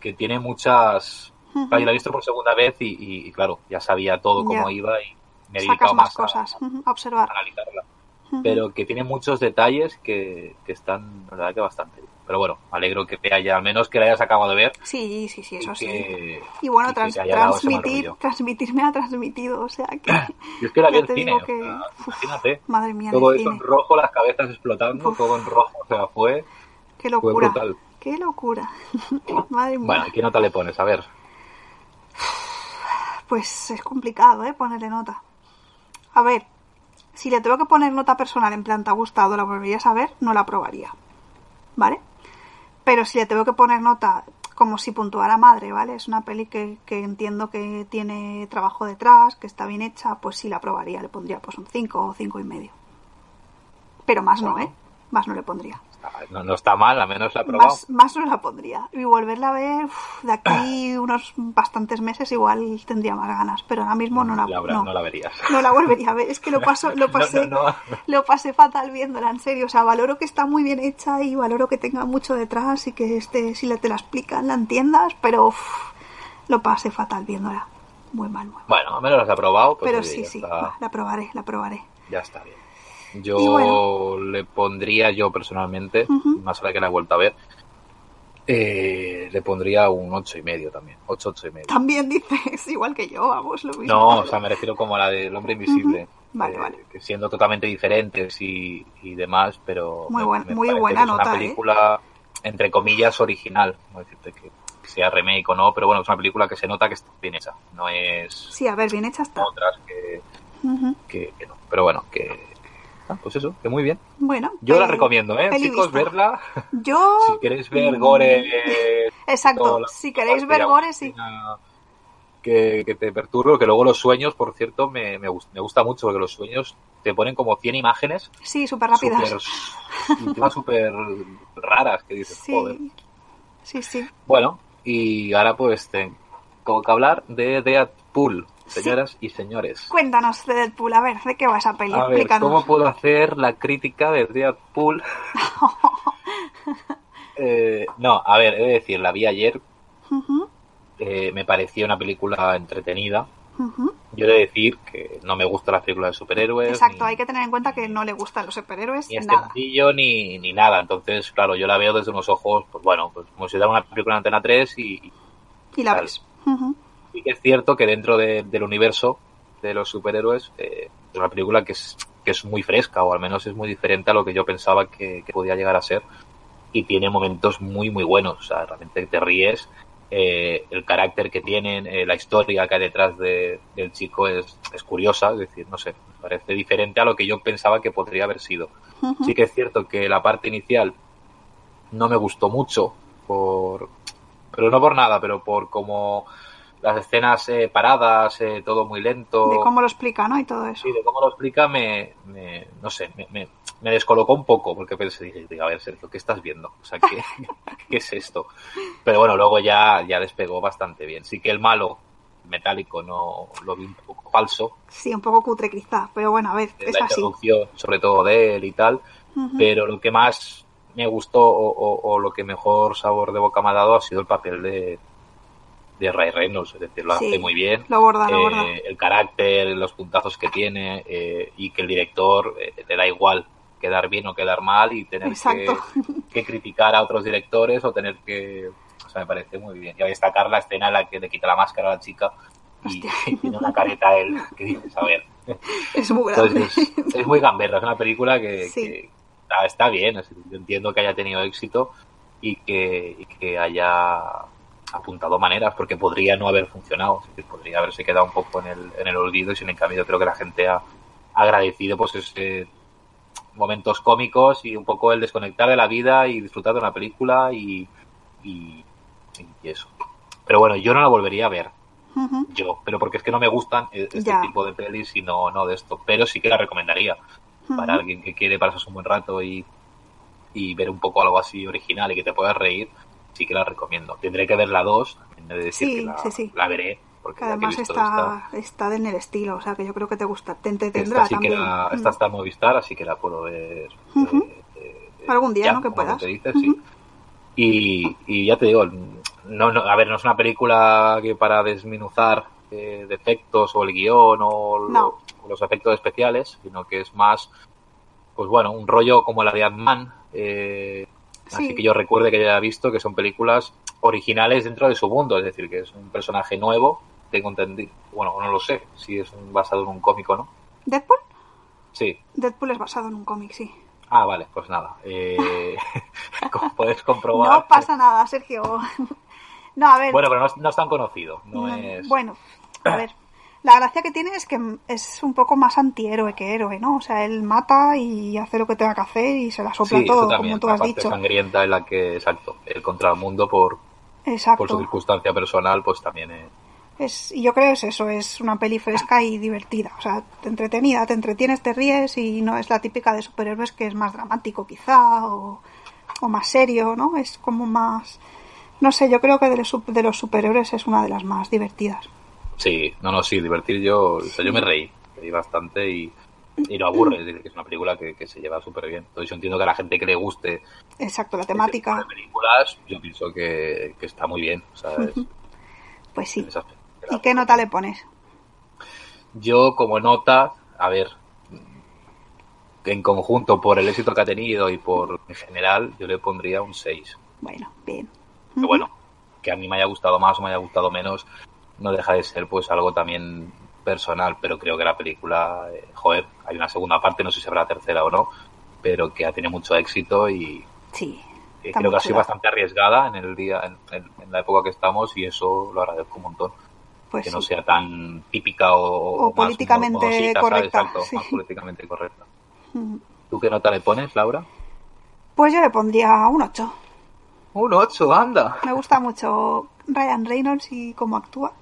A: que tiene muchas.
B: Ujú.
A: Claro, yo la he visto por segunda vez y, y, claro, ya sabía todo cómo
B: Ya.
A: iba y me he
B: Sacas
A: dedicado
B: más
A: más, a-
B: cosas. ujú, a
A: a,
B: observar.
A: analizarla.
B: Ujú.
A: Pero que tiene muchos detalles que, que están, la verdad, que bastante bien. Pero bueno, me alegro que te haya, al menos que la hayas acabado de ver.
B: Sí, sí, sí,
A: y
B: eso sí.
A: que-
B: Y bueno,
A: y que
B: trans-
A: te haya dado ese mal
B: transmitir,
A: rollo.
B: transmitirme ha transmitido, o sea que...
A: Yo es que la vi
B: ya
A: en
B: te
A: cine,
B: digo
A: o
B: que-
A: sea,
B: Uf,
A: imagínate.
B: Madre mía, en
A: Todo
B: el
A: eso en
B: cine.
A: rojo, las cabezas explotando,
B: Uf.
A: todo en rojo, o sea, fue,
B: Qué
A: fue
B: locura.
A: brutal.
B: Qué locura. Madre mía.
A: Bueno, ¿y ¿qué nota le pones? A ver,
B: Pues es complicado, ¿eh? Ponerle nota. A ver, si le tengo que poner nota personal en plan, te ha gustado, la volverías a ver, no la probaría. ¿Vale? Pero si le tengo que poner nota como si puntuara madre, ¿vale? Es una peli que, que entiendo que tiene trabajo detrás, que está bien hecha, pues sí la probaría, le pondría pues un 5 o 5 y medio. Pero más no,
A: Bueno.
B: ¿eh? Más no le pondría.
A: no, no está mal, al menos la he probado.
B: Más, más no la pondría. Y volverla a ver uf, de aquí unos bastantes meses igual tendría más ganas, pero ahora mismo no la,
A: la, habrá-
B: no. Pues
A: no la verías.
B: No la volvería a ver. Es que lo, paso, lo,
A: No,
B: pasé,
A: no, no.
B: lo pasé fatal viéndola, en serio. O sea, valoro que está muy bien hecha y valoro que tenga mucho detrás y que este, si la, te la explican la entiendas, pero uf, lo pasé fatal viéndola. Muy mal, muy mal.
A: Bueno, al menos las ha probado, pues
B: pero
A: oye,
B: sí,
A: ya,
B: sí, va,
A: está,
B: la probaré, la probaré.
A: ya está bien. Yo
B: Y bueno.
A: le pondría, yo personalmente,
B: Ujú.
A: más ahora que la he vuelto a ver, eh, le pondría un ocho y medio también, ocho, ocho y medio.
B: También dices, igual que yo, vamos, lo mismo.
A: No, o sea, me refiero como a la del hombre invisible.
B: Ujú. Vale,
A: eh,
B: vale.
A: que siendo totalmente diferentes y, y demás, pero
B: Muy
A: me-
B: buen-
A: me
B: muy
A: parece
B: buena
A: que es una
B: nota, ¿eh?
A: película, entre comillas, original. No decirte que sea remake o no, pero bueno, es una película que se nota que está bien hecha. No es
B: Sí, a ver, bien hecha está.
A: como otras que,
B: Ujú.
A: que- que no. Pero bueno, que... ah, pues eso, que muy bien.
B: Bueno,
A: Yo la
B: peli-
A: recomiendo, ¿eh?
B: peli
A: Chicos,
B: vista. Oh.
A: verla.
B: Yo.
A: Si queréis ver gore... eh,
B: Exacto,
A: toda la-
B: si queréis
A: parte
B: ver
A: ya
B: gore, sí.
A: una- Que, que te perturbe, que luego los sueños, por cierto, me, me, gust- me gusta mucho, porque los sueños te ponen como 100 imágenes
B: Sí, súper rápidas.
A: súper y encima súper raras que dices, joder.
B: Sí, sí, sí.
A: Bueno, y ahora pues tengo que hablar de Deadpool, señoras y señores.
B: Cuéntanos de Deadpool, a ver, ¿de qué vas a peli?
A: A ver,
B: Explícanos.
A: ¿cómo puedo hacer la crítica de Deadpool? Eh, no, a ver, he de decir, la vi ayer,
B: Ujú,
A: eh, me pareció una película entretenida,
B: ujú.
A: Yo he de decir que no me gustan las películas de superhéroes.
B: Exacto,
A: ni,
B: hay que tener en cuenta que no le gustan los superhéroes,
A: ni este
B: nada.
A: mundillo ni, ni nada. Entonces, claro, yo la veo desde unos ojos, pues bueno, pues como si fuera una película de Antena 3 y,
B: Y la
A: tal.
B: ves. Ujú.
A: y que es cierto que dentro de- del universo de los superhéroes eh, es una película que es, que es muy fresca o al menos es muy diferente a lo que yo pensaba que, que podía llegar a ser y tiene momentos muy muy buenos, o sea, realmente te ríes, eh, el carácter que tienen, eh, la historia que hay detrás de- del chico es, es curiosa, es decir, no sé, me parece diferente a lo que yo pensaba que podría haber sido.
B: Ujú.
A: Sí que es cierto que la parte inicial no me gustó mucho, por, pero no por nada, pero por como las escenas eh, paradas, eh, todo muy lento.
B: De cómo lo explica, ¿no? Y todo eso.
A: Sí, de cómo lo explica me, me- no sé, me, me- me descolocó un poco porque pensé, dije, digo, a ver, Sergio, ¿qué estás viendo? O sea, ¿qué, qué es esto? Pero bueno, luego ya, ya despegó bastante bien. Sí que el malo metálico no lo vi un poco falso,
B: Sí, un poco cutre quizá, pero bueno, a ver,
A: en
B: es
A: la
B: así.
A: introducción sobre todo de él y tal,
B: Ujú.
A: pero lo que más me gustó o, o- o lo que mejor sabor de boca me ha dado ha sido el papel de, de Ray Reynolds, es decir, lo
B: Sí,
A: hace muy bien,
B: Lo borda, lo
A: eh,
B: borda.
A: el carácter, los puntazos que tiene eh, y que el director eh, le da igual quedar bien o quedar mal y tener que,
B: Exacto.
A: que criticar a otros directores o tener que... O sea, me parece muy bien. Y a destacar la escena en la que le quita la máscara a la chica y,
B: Hostia.
A: y tiene una careta él que dices, a ver.
B: Es muy grande.
A: Entonces Pues es, es muy gamberra, es una película que,
B: Sí.
A: que está, está bien. es decir, yo entiendo que haya tenido éxito y que, y que haya apuntado maneras, porque podría no haber funcionado, es decir, podría haberse quedado un poco en el, en el olvido y sin en cambio yo creo que la gente ha agradecido pues ese momentos cómicos y un poco el desconectar de la vida y disfrutar de una película y, y, y eso. Pero bueno, yo no la volvería a ver.
B: Uh -huh.
A: yo, pero porque es que no me gustan este
B: Ya.
A: tipo de pelis y no, no de esto. Pero sí que la recomendaría
B: Ujú.
A: para alguien que quiere pasarse un buen rato y, y ver un poco algo así original y que te puedas reír. Sí que la recomiendo. Tendré que ver la 2, también he de decir
B: Sí,
A: que la,
B: sí, sí.
A: la veré. Porque
B: Que
A: ya que he
B: además
A: visto
B: está, está en el estilo, o sea que yo creo que te gusta,
A: esta,
B: te entretendrá
A: esta sí que
B: también.
A: la,
B: Mm.
A: esta está en Movistar, así que la puedo ver.
B: Ujú.
A: eh, eh,
B: Algún día,
A: ya,
B: ¿no? Que
A: como
B: puedas.
A: te dices,
B: Ujú.
A: sí. Y, y ya te digo, no, no, a ver, no es una película que para desminuzar eh, defectos o el guión o lo-
B: No.
A: los efectos especiales, sino que es más, pues bueno, un rollo como la de Ant-Man. eh,
B: Sí.
A: Así que yo recuerde que ya he visto que son películas originales dentro de su mundo, es decir, que es un personaje nuevo, tengo entendido, bueno, no lo sé, si es un- basado en un cómico, ¿no?
B: ¿Deadpool?
A: Sí,
B: Deadpool es basado en un cómic, sí.
A: Ah, vale, pues nada. Eh, como puedes comprobar.
B: No pasa nada, Sergio. No, a ver.
A: Bueno, pero no es, no es tan conocido. No
B: no,
A: es...
B: Mm, bueno, a ver. La gracia que tiene es que es un poco más antihéroe que héroe, ¿no? O sea, él mata y hace lo que tenga que hacer y se la sopla
A: sí, eso
B: todo,
A: también.
B: como tú
A: la
B: has
A: parte
B: dicho.
A: sangrienta en la que, exacto, el contra el mundo por, por su
B: Exacto.
A: circunstancia personal, pues también es.
B: Es, y yo creo que es eso, es una peli fresca y divertida, o sea, te entretenida, te entretienes, te ríes y no es la típica de superhéroes que es más dramático quizá o, o más serio, ¿no? Es como más... No sé, yo creo que de los, sup- de los superhéroes es una de las más divertidas.
A: Sí, no, no, sí, divertir yo. O sea, yo me reí, reí bastante y, y no aburre. Es decir, que es una película que, que se lleva súper bien. Entonces, yo entiendo que a la gente que le guste este
B: Exacto, la
A: tipo de
B: temática,
A: películas, yo pienso que, que está muy bien, ¿sabes?
B: pues sí.
A: En ese aspecto.
B: ¿Y qué nota le pones?
A: Yo como nota, a ver, en conjunto por el éxito que ha tenido y por en general, yo le pondría un 6.
B: Bueno, bien.
A: Pero bueno, que a mí me haya gustado más o me haya gustado menos, no deja de ser pues algo también personal, pero creo que la película, eh, joder, hay una segunda parte, no sé si habrá tercera o no, pero que ha tenido mucho éxito y
B: Sí.
A: eh,
B: está
A: creo
B: muy
A: que ha sido
B: chula.
A: bastante arriesgada en el día, en, en- en la época que estamos y eso lo agradezco un montón
B: Pues
A: que no
B: sí.
A: sea tan típica o,
B: O
A: más mo-
B: políticamente
A: modosita,
B: correcta,
A: ¿sabes? Exacto,
B: sí.
A: más políticamente correcta.
B: Mm.
A: ¿Tú qué nota le pones, Laura?
B: Pues yo le pondría un 8.
A: Un 8, anda.
B: Me gusta mucho Ryan Reynolds y cómo actúa.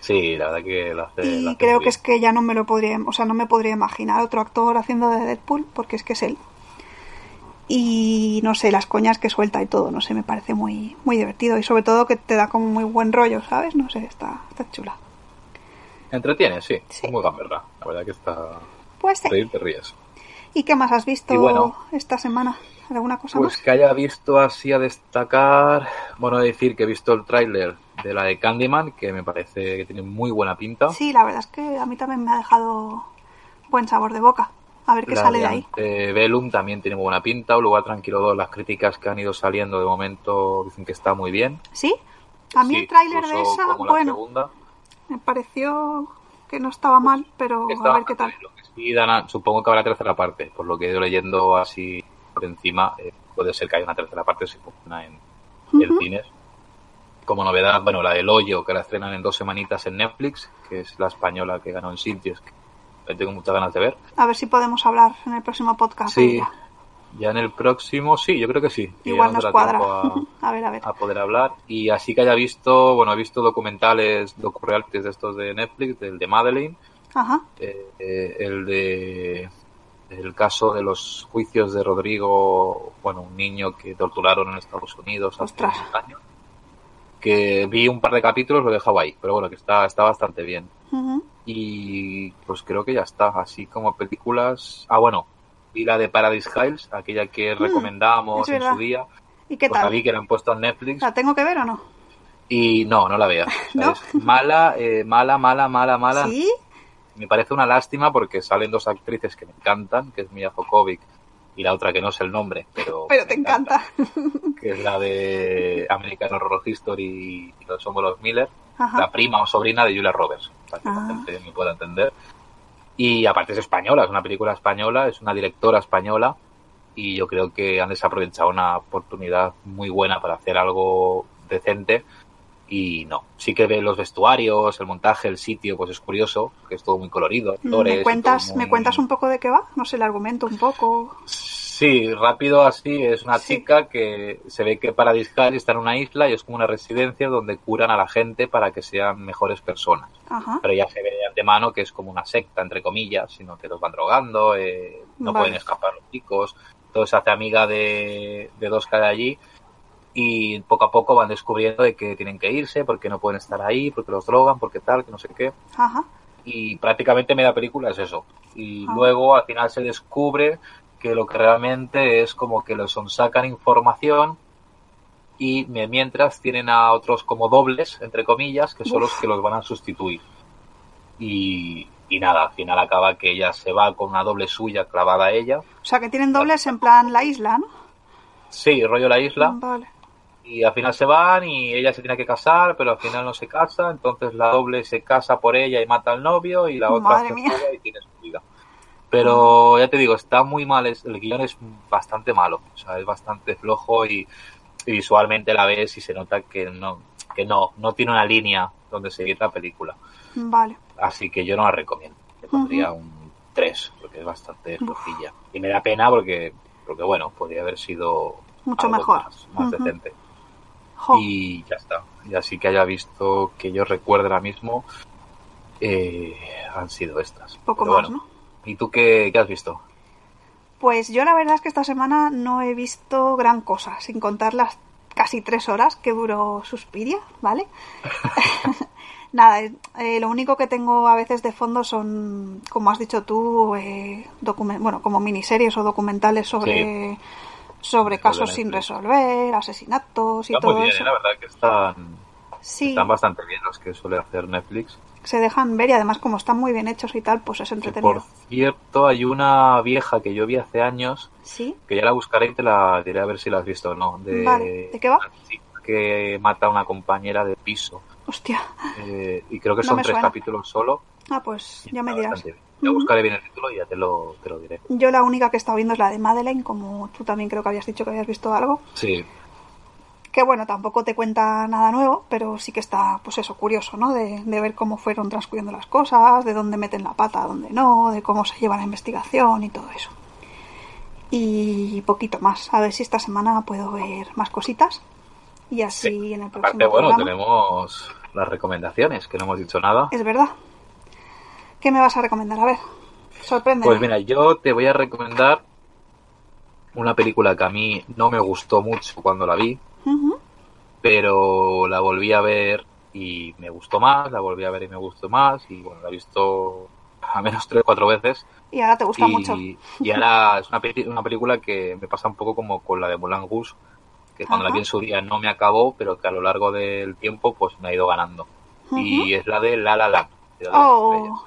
A: Sí, la verdad que la hace. la
B: Y
A: hace
B: creo
A: muy
B: que es
A: bien.
B: que ya no me lo podría, o sea, no me podría imaginar otro actor haciendo de Deadpool, porque es que es él. Y no sé, las coñas que suelta y todo, no sé, me parece muy, muy divertido. Y sobre todo que te da como muy buen rollo, ¿sabes? No sé, está, está chula.
A: Entretiene, sí.
B: Sí.
A: Es muy gamberra. La verdad que está.
B: Pues sí.
A: Reír, te ríes.
B: ¿Y qué más has visto
A: Y bueno.
B: esta semana? ¿Alguna cosa
A: Pues
B: más?
A: que haya visto así a destacar. Bueno, decir que he visto el tráiler de la de Candyman, que me parece que tiene muy buena pinta.
B: Sí, la verdad es que a mí también me ha dejado buen sabor de boca. A ver qué
A: La
B: sale de
A: de
B: ahí.
A: Antebellum también tiene muy buena pinta. Un lugar tranquilo 2, las críticas que han ido saliendo de momento dicen que está muy bien.
B: ¿Sí? A mí
A: Sí,
B: el tráiler de
A: incluso
B: esa,
A: como la
B: bueno,
A: segunda,
B: me pareció que no estaba mal, pero
A: está
B: a ver qué
A: bastante
B: tal.
A: bien. Lo que sí, Dana, supongo que habrá tercera parte, por lo que he ido leyendo así por encima, eh, puede ser que haya una tercera parte si funciona en el
B: Ujú.
A: cines. Como novedad, bueno, la del hoyo, que la estrenan en dos semanitas en Netflix, que es la española que ganó en Sitges, que la tengo muchas ganas de ver.
B: A ver si podemos hablar en el próximo podcast. de
A: Sí,
B: ella.
A: ya en el próximo, sí, yo creo que sí. que ya
B: Igual
A: nos dará
B: nos cuadra.
A: tiempo a-
B: A ver, a ver.
A: a poder hablar. Y así que haya visto, bueno, he visto documentales, docurealities de estos de Netflix, del de Madeleine,
B: Ajá.
A: eh, eh, el de el caso de los juicios de Rodrigo, bueno, un niño que torturaron en Estados Unidos hace
B: Ostras.
A: unos años, que vi un par de capítulos, lo he dejado ahí, pero bueno, que está, está bastante bien.
B: Ujú.
A: Y pues creo que ya está, así como películas. Ah, bueno, vi la de Paradise Hills, aquella que recomendábamos
B: Mm, es
A: en
B: verdad.
A: su día,
B: ¿Y qué
A: pues la
B: tal?
A: vi que la han puesto en Netflix,
B: ¿La tengo que ver o no?
A: y no, no la veas. ¿sabes? Mala, eh, mala, mala, mala, mala.
B: ¿Sí?
A: Me parece una lástima porque salen dos actrices que me encantan, que es Mia Jokovic y la otra que no sé el nombre, pero,
B: Pero
A: me
B: te encanta.
A: Que es la de American Horror History y Los Somos los Miller, la
B: Ajá.
A: prima o sobrina de Julia Roberts, para que
B: Ah.
A: la gente me pueda entender. Y aparte es española, es una película española, es una directora española y yo creo que han desaprovechado una oportunidad muy buena para hacer algo decente y no. Sí que ve los vestuarios, el montaje, el sitio, pues es curioso, que es todo muy colorido,
B: Mm,
A: actores. y
B: ¿Me
A: todo
B: cuentas,
A: muy-
B: ¿Me cuentas un poco de qué va? No sé, el argumento un poco.
A: Sí, rápido así, es una
B: Sí.
A: chica que se ve que para discar está en una isla y es como una residencia donde curan a la gente para que sean mejores personas.
B: Ajá.
A: Pero ya se ve de antemano que es como una secta, entre comillas, sino que los van drogando, eh, no
B: Vale.
A: pueden escapar los chicos. Entonces se hace amiga de, de dos que hay allí y poco a poco van descubriendo de que tienen que irse, porque no pueden estar ahí, porque los drogan, porque tal, que no sé qué
B: Ajá.
A: y prácticamente media película es eso. Y
B: Ah.
A: luego al final se descubre que lo que realmente es como que les sacan información y me- mientras tienen a otros como dobles, entre comillas, que son
B: Uf.
A: los que los van a sustituir. Y, y nada, al final acaba que ella se va con una doble suya clavada a ella.
B: O sea que tienen dobles en plan la isla, ¿no?
A: Sí, rollo la isla.
B: Vale.
A: y al final se van y ella se tiene que casar, pero al final no se casa, entonces la doble se casa por ella y mata al novio y la otra
B: Madre
A: se
B: mía.
A: fuga y tiene su vida. Pero ya te digo, está muy mal, es- el guión es bastante malo, o sea, es bastante flojo y, y visualmente la ves y se nota que no, que no, no tiene una línea donde seguir la película.
B: Vale.
A: Así que yo no la recomiendo, le pondría un 3, porque es bastante flojilla. Y me da pena porque, porque bueno, podría haber sido
B: Mucho
A: algo
B: mejor.
A: más, más
B: Ujú.
A: decente
B: Jo.
A: y ya está. Y así que haya visto que yo recuerde ahora mismo, eh, han sido estas.
B: Poco
A: Pero
B: más,
A: bueno,
B: ¿no?
A: ¿Y tú qué, qué has visto?
B: Pues yo la verdad es que esta semana no he visto gran cosa, sin contar las casi tres horas que duró Suspiria, ¿vale? Nada, eh, eh, lo único que tengo a veces de fondo son, como has dicho tú, eh, documen- bueno, como miniseries o documentales sobre, sobre
A: Sobre
B: casos sin
A: Netflix.
B: resolver, asesinatos y
A: Está
B: todo
A: muy bien,
B: eso.
A: eh, la verdad que están,
B: sí,
A: están bastante bien los que suele hacer Netflix.
B: se dejan ver y además como están muy bien hechos y tal, pues es
A: Que,
B: entretenido.
A: por cierto, hay una vieja que yo vi hace años,
B: Sí,
A: que ya la buscaré y te la diré a ver si la has visto o no. De,
B: Vale, ¿de qué va?
A: una chica que mata a una compañera de piso.
B: hostia.
A: Eh, y creo que
B: No
A: son
B: me
A: tres
B: suena.
A: capítulos solo.
B: Ah, pues
A: y
B: ya me
A: está
B: dirás.
A: bastante bien. Ya
B: Ujú.
A: buscaré bien el título y ya te lo, te lo diré.
B: Yo la única que he estado viendo es la de Madeleine, como tú también creo que habías dicho que habías visto algo.
A: Sí,
B: Que bueno, tampoco te cuenta nada nuevo, pero sí que está, pues eso, curioso, ¿no? De, de ver cómo fueron transcurriendo las cosas, de dónde meten la pata, dónde no, de cómo se lleva la investigación y todo eso. Y poquito más. A ver si esta semana puedo ver más cositas. Y así en el próximo
A: Aparte, bueno,
B: programa.
A: tenemos las recomendaciones, que no hemos dicho nada.
B: Es verdad. ¿Qué me vas a recomendar? A ver, sorprende.
A: Pues mira, yo te voy a recomendar una película que a mí no me gustó mucho cuando la vi, pero la volví a ver y me gustó más, la volví a ver y me gustó más, y bueno, la he visto a menos tres o cuatro veces.
B: Y ahora te gusta
A: y,
B: mucho.
A: y ahora es una, peli- una película que me pasa un poco como con la de Mulan Rouge, que cuando
B: Ajá.
A: la vi en su día no me acabó, pero que a lo largo del tiempo pues me ha ido ganando. Y es la de La La Land. de las estrellas,
B: Oh,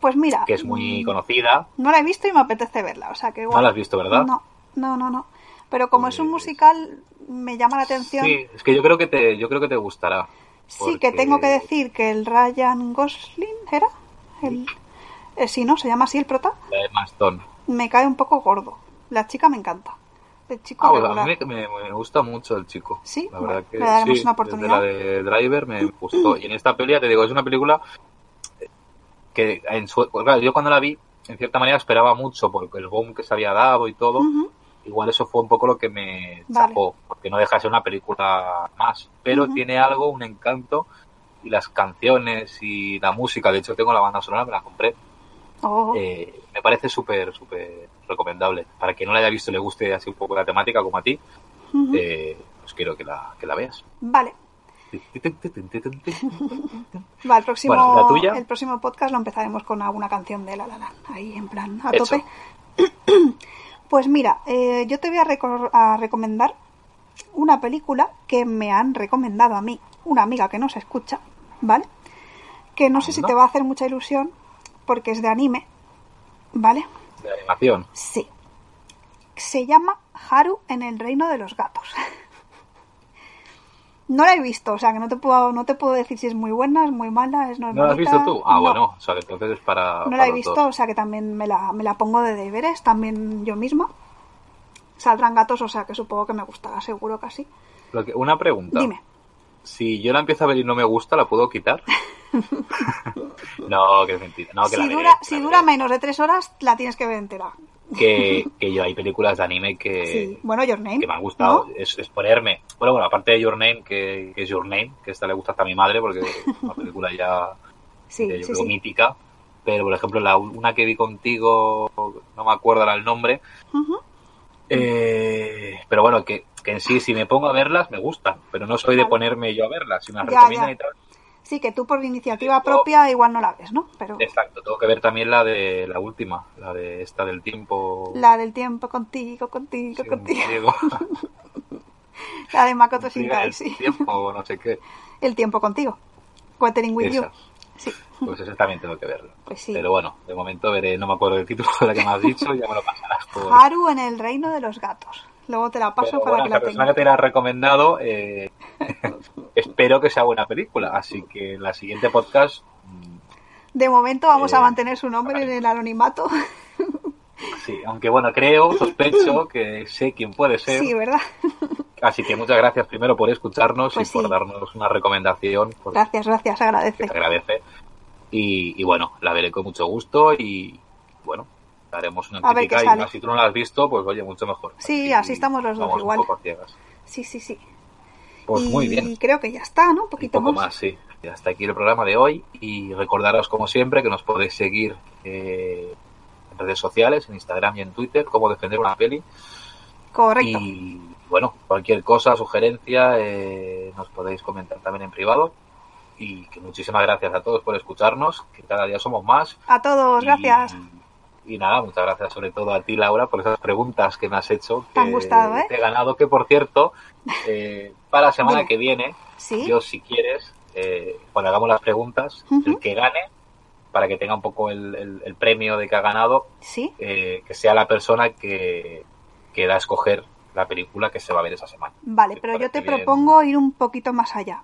B: pues mira.
A: que es muy
B: mm,
A: conocida.
B: No la he visto y me apetece verla, o sea que
A: No
B: igual.
A: la has visto, ¿verdad?
B: No, no, no, no. Pero como es un
A: Pues-
B: musical, me llama la atención.
A: Sí, es que yo creo que te, yo creo que te gustará.
B: Sí que tengo que
A: porque-
B: decir que el Ryan Gosling, ¿era? El... eh, sí, ¿no? ¿Se llama así el prota?
A: La de Maston.
B: Me cae un poco gordo. La chica me encanta. El chico
A: Ah, pues a
B: regular.
A: mí me, me- me gusta mucho el chico.
B: Sí,
A: la verdad
B: bueno,
A: que
B: le daremos
A: sí, desde
B: una oportunidad.
A: la de Driver me gustó. Y en esta peli, ya te digo, es una película que en su- claro, yo cuando la vi, en cierta manera esperaba mucho por el boom que se había dado y todo.
B: Ujú,
A: Igual eso fue un poco lo que me
B: Vale.
A: chafó, porque no deja de ser una película más, pero
B: Ujú.
A: tiene algo, un encanto, y las canciones y la música, de hecho tengo la banda sonora, me la compré,
B: Oh,
A: eh, me parece súper, súper recomendable. Para quien no la haya visto y le guste así un poco la temática como a ti,
B: ujú.
A: eh, pues quiero que la, que la veas.
B: Vale. Va, el próximo,
A: Bueno, ¿la tuya?
B: el próximo podcast lo empezaremos con alguna canción de La La Land, ahí en plan a
A: Hecho.
B: tope. Pues mira, eh, yo te voy a, recor- a recomendar una película que me han recomendado a mí, una amiga que no se escucha, ¿vale? Que no sé si
A: Anda.
B: te va a hacer mucha ilusión porque es de anime, ¿vale?
A: De animación.
B: Sí. Se llama Haru en el reino de los gatos. No la he visto, o sea que no te puedo, no te puedo decir si es muy buena, es muy mala, es
A: ¿No
B: normalita.
A: la has visto tú? Ah,
B: No,
A: bueno, o sea, que entonces es para.
B: No
A: para
B: la he
A: los
B: visto,
A: dos.
B: o sea que también me la, me la pongo de deberes, también yo misma. Saldrán gatos, o sea que supongo que me gustará, seguro que sí.
A: Lo que- una pregunta.
B: Dime.
A: Si yo la empiezo a ver y no me gusta, ¿la puedo quitar? no, que es mentira. No, que la
B: si
A: veré,
B: dura,
A: que
B: si
A: la
B: dura
A: veré.
B: menos de tres horas, la tienes que ver entera.
A: que, que yo hay películas de anime que,
B: Sí. Bueno, Your Name.
A: Eh, que me han gustado.
B: ¿no?
A: Es, es ponerme. Bueno, bueno, aparte de Your Name, que, que es Your Name, que esta le gusta hasta a mi madre porque es una película ya
B: Sí,
A: de- yo
B: sí,
A: creo,
B: sí.
A: mítica. Pero, por ejemplo, la, u- una que vi contigo, no me acuerdo ahora el nombre.
B: Ujú.
A: eh, pero bueno, que, que en sí, si me pongo a verlas, me gustan. Pero no soy de
B: Claro.
A: ponerme yo a verlas. Si me las
B: Ya,
A: recomiendan
B: ya.
A: y tal.
B: Sí, que tú por iniciativa
A: Yo-
B: propia igual no la ves, ¿no? Pero
A: Exacto, tengo que ver también la de la última, la de esta del tiempo.
B: la del tiempo contigo, contigo,
A: Sí,
B: contigo.
A: contigo.
B: La de Makoto Shinkai,
A: El
B: sí.
A: tiempo, no sé qué.
B: El tiempo contigo. Quatering with you.
A: Esa.
B: Sí,
A: Pues eso también tengo que verlo.
B: pues sí.
A: Pero bueno, de momento veré, no me acuerdo del título de la que me has dicho, ya me lo pasarás por.
B: Haru en el reino de los gatos. Luego te la Ah, paso
A: Pero
B: para
A: bueno,
B: que
A: esa
B: la
A: persona
B: tengas.
A: que te la ha recomendado, eh, espero que sea buena película. Así que en la siguiente podcast, mm,
B: De momento vamos a
A: Eh,
B: mantener su nombre en
A: vale.
B: el anonimato.
A: sí, aunque bueno, creo, sospecho que sé quién puede ser.
B: Sí, ¿verdad?
A: Así que muchas gracias primero por escucharnos
B: Pues
A: y
B: sí.
A: por darnos una recomendación, porque
B: Gracias, gracias, agradece.
A: se agradece. Y, y bueno, la veré con mucho gusto y bueno, haremos una
B: A ver qué
A: crítica y
B: sale.
A: más si tú no la has visto, pues oye, mucho mejor.
B: Sí, así estamos los dos
A: vamos un
B: igual.
A: poco a ciegas.
B: Sí, sí, sí.
A: Pues
B: y
A: muy bien.
B: creo que ya está, ¿no? Un
A: Un
B: poquito
A: poco más, sí. Y hasta aquí el programa de hoy. Y recordaros, como siempre, que nos podéis seguir eh, en redes sociales, en Instagram y en Twitter, como defender una peli.
B: Correcto.
A: Y bueno, cualquier cosa, sugerencia, eh, nos podéis comentar también en privado. Y que muchísimas gracias a todos por escucharnos, que cada día somos más.
B: A todos,
A: Y-
B: Pues gracias.
A: Y, nada, muchas gracias sobre todo a ti, Laura, por esas preguntas que me has hecho.
B: Te han
A: que
B: gustado, ¿eh?
A: Te he ganado, que por cierto, eh, para la semana
B: Dime.
A: que viene
B: Sí,
A: yo, si quieres, eh, cuando hagamos las preguntas,
B: Ujú.
A: el que gane, para que tenga un poco el, el- el premio de que ha ganado,
B: sí.
A: eh, que sea la persona que, que da a escoger la película que se va a ver esa semana.
B: Vale,
A: ¿Te
B: pero yo te
A: parece bien?
B: propongo ir un poquito más allá.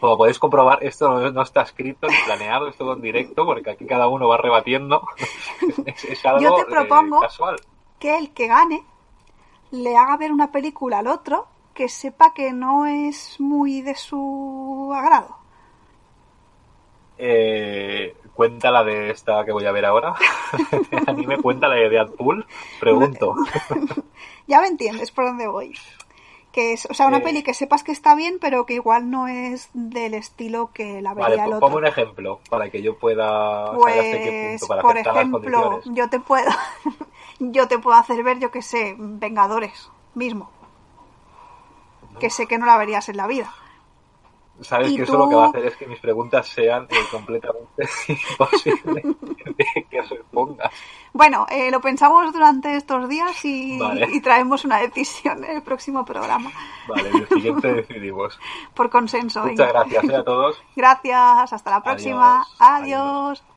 A: Como podéis comprobar, esto no, no está escrito ni planeado, es todo en directo, porque aquí cada uno va rebatiendo. es, es algo
B: Yo te
A: eh,
B: propongo-
A: casual.
B: Que el que gane le haga ver una película al otro que sepa que no es muy de su agrado.
A: Eh, cuéntala de esta que voy a ver ahora. a mí me cuenta la de Deadpool. Pregunto.
B: Ya me entiendes por dónde voy. Que es, o sea, una
A: Eh.
B: peli que sepas que está bien, pero que igual no es del estilo que la vería
A: Vale,
B: el
A: pues
B: otro.
A: ponme un ejemplo para que yo pueda saber hasta qué
B: Pues,
A: punto, para
B: por
A: aceptar las
B: ejemplo,
A: condiciones.
B: yo te puedo, yo te puedo hacer ver, yo que sé, Vengadores mismo, que sé que no la verías en la vida.
A: Sabes
B: y
A: que eso
B: tú-
A: lo que va a hacer es que mis preguntas sean eh, completamente imposibles de que respondas.
B: Bueno, eh, lo pensamos durante estos días y,
A: Vale.
B: y traemos una decisión en el próximo programa,
A: Vale, en el siguiente decidimos.
B: por consenso.
A: Muchas
B: venga.
A: gracias eh, a todos.
B: Gracias, hasta la próxima.
A: Adiós. Adiós.
B: Adiós.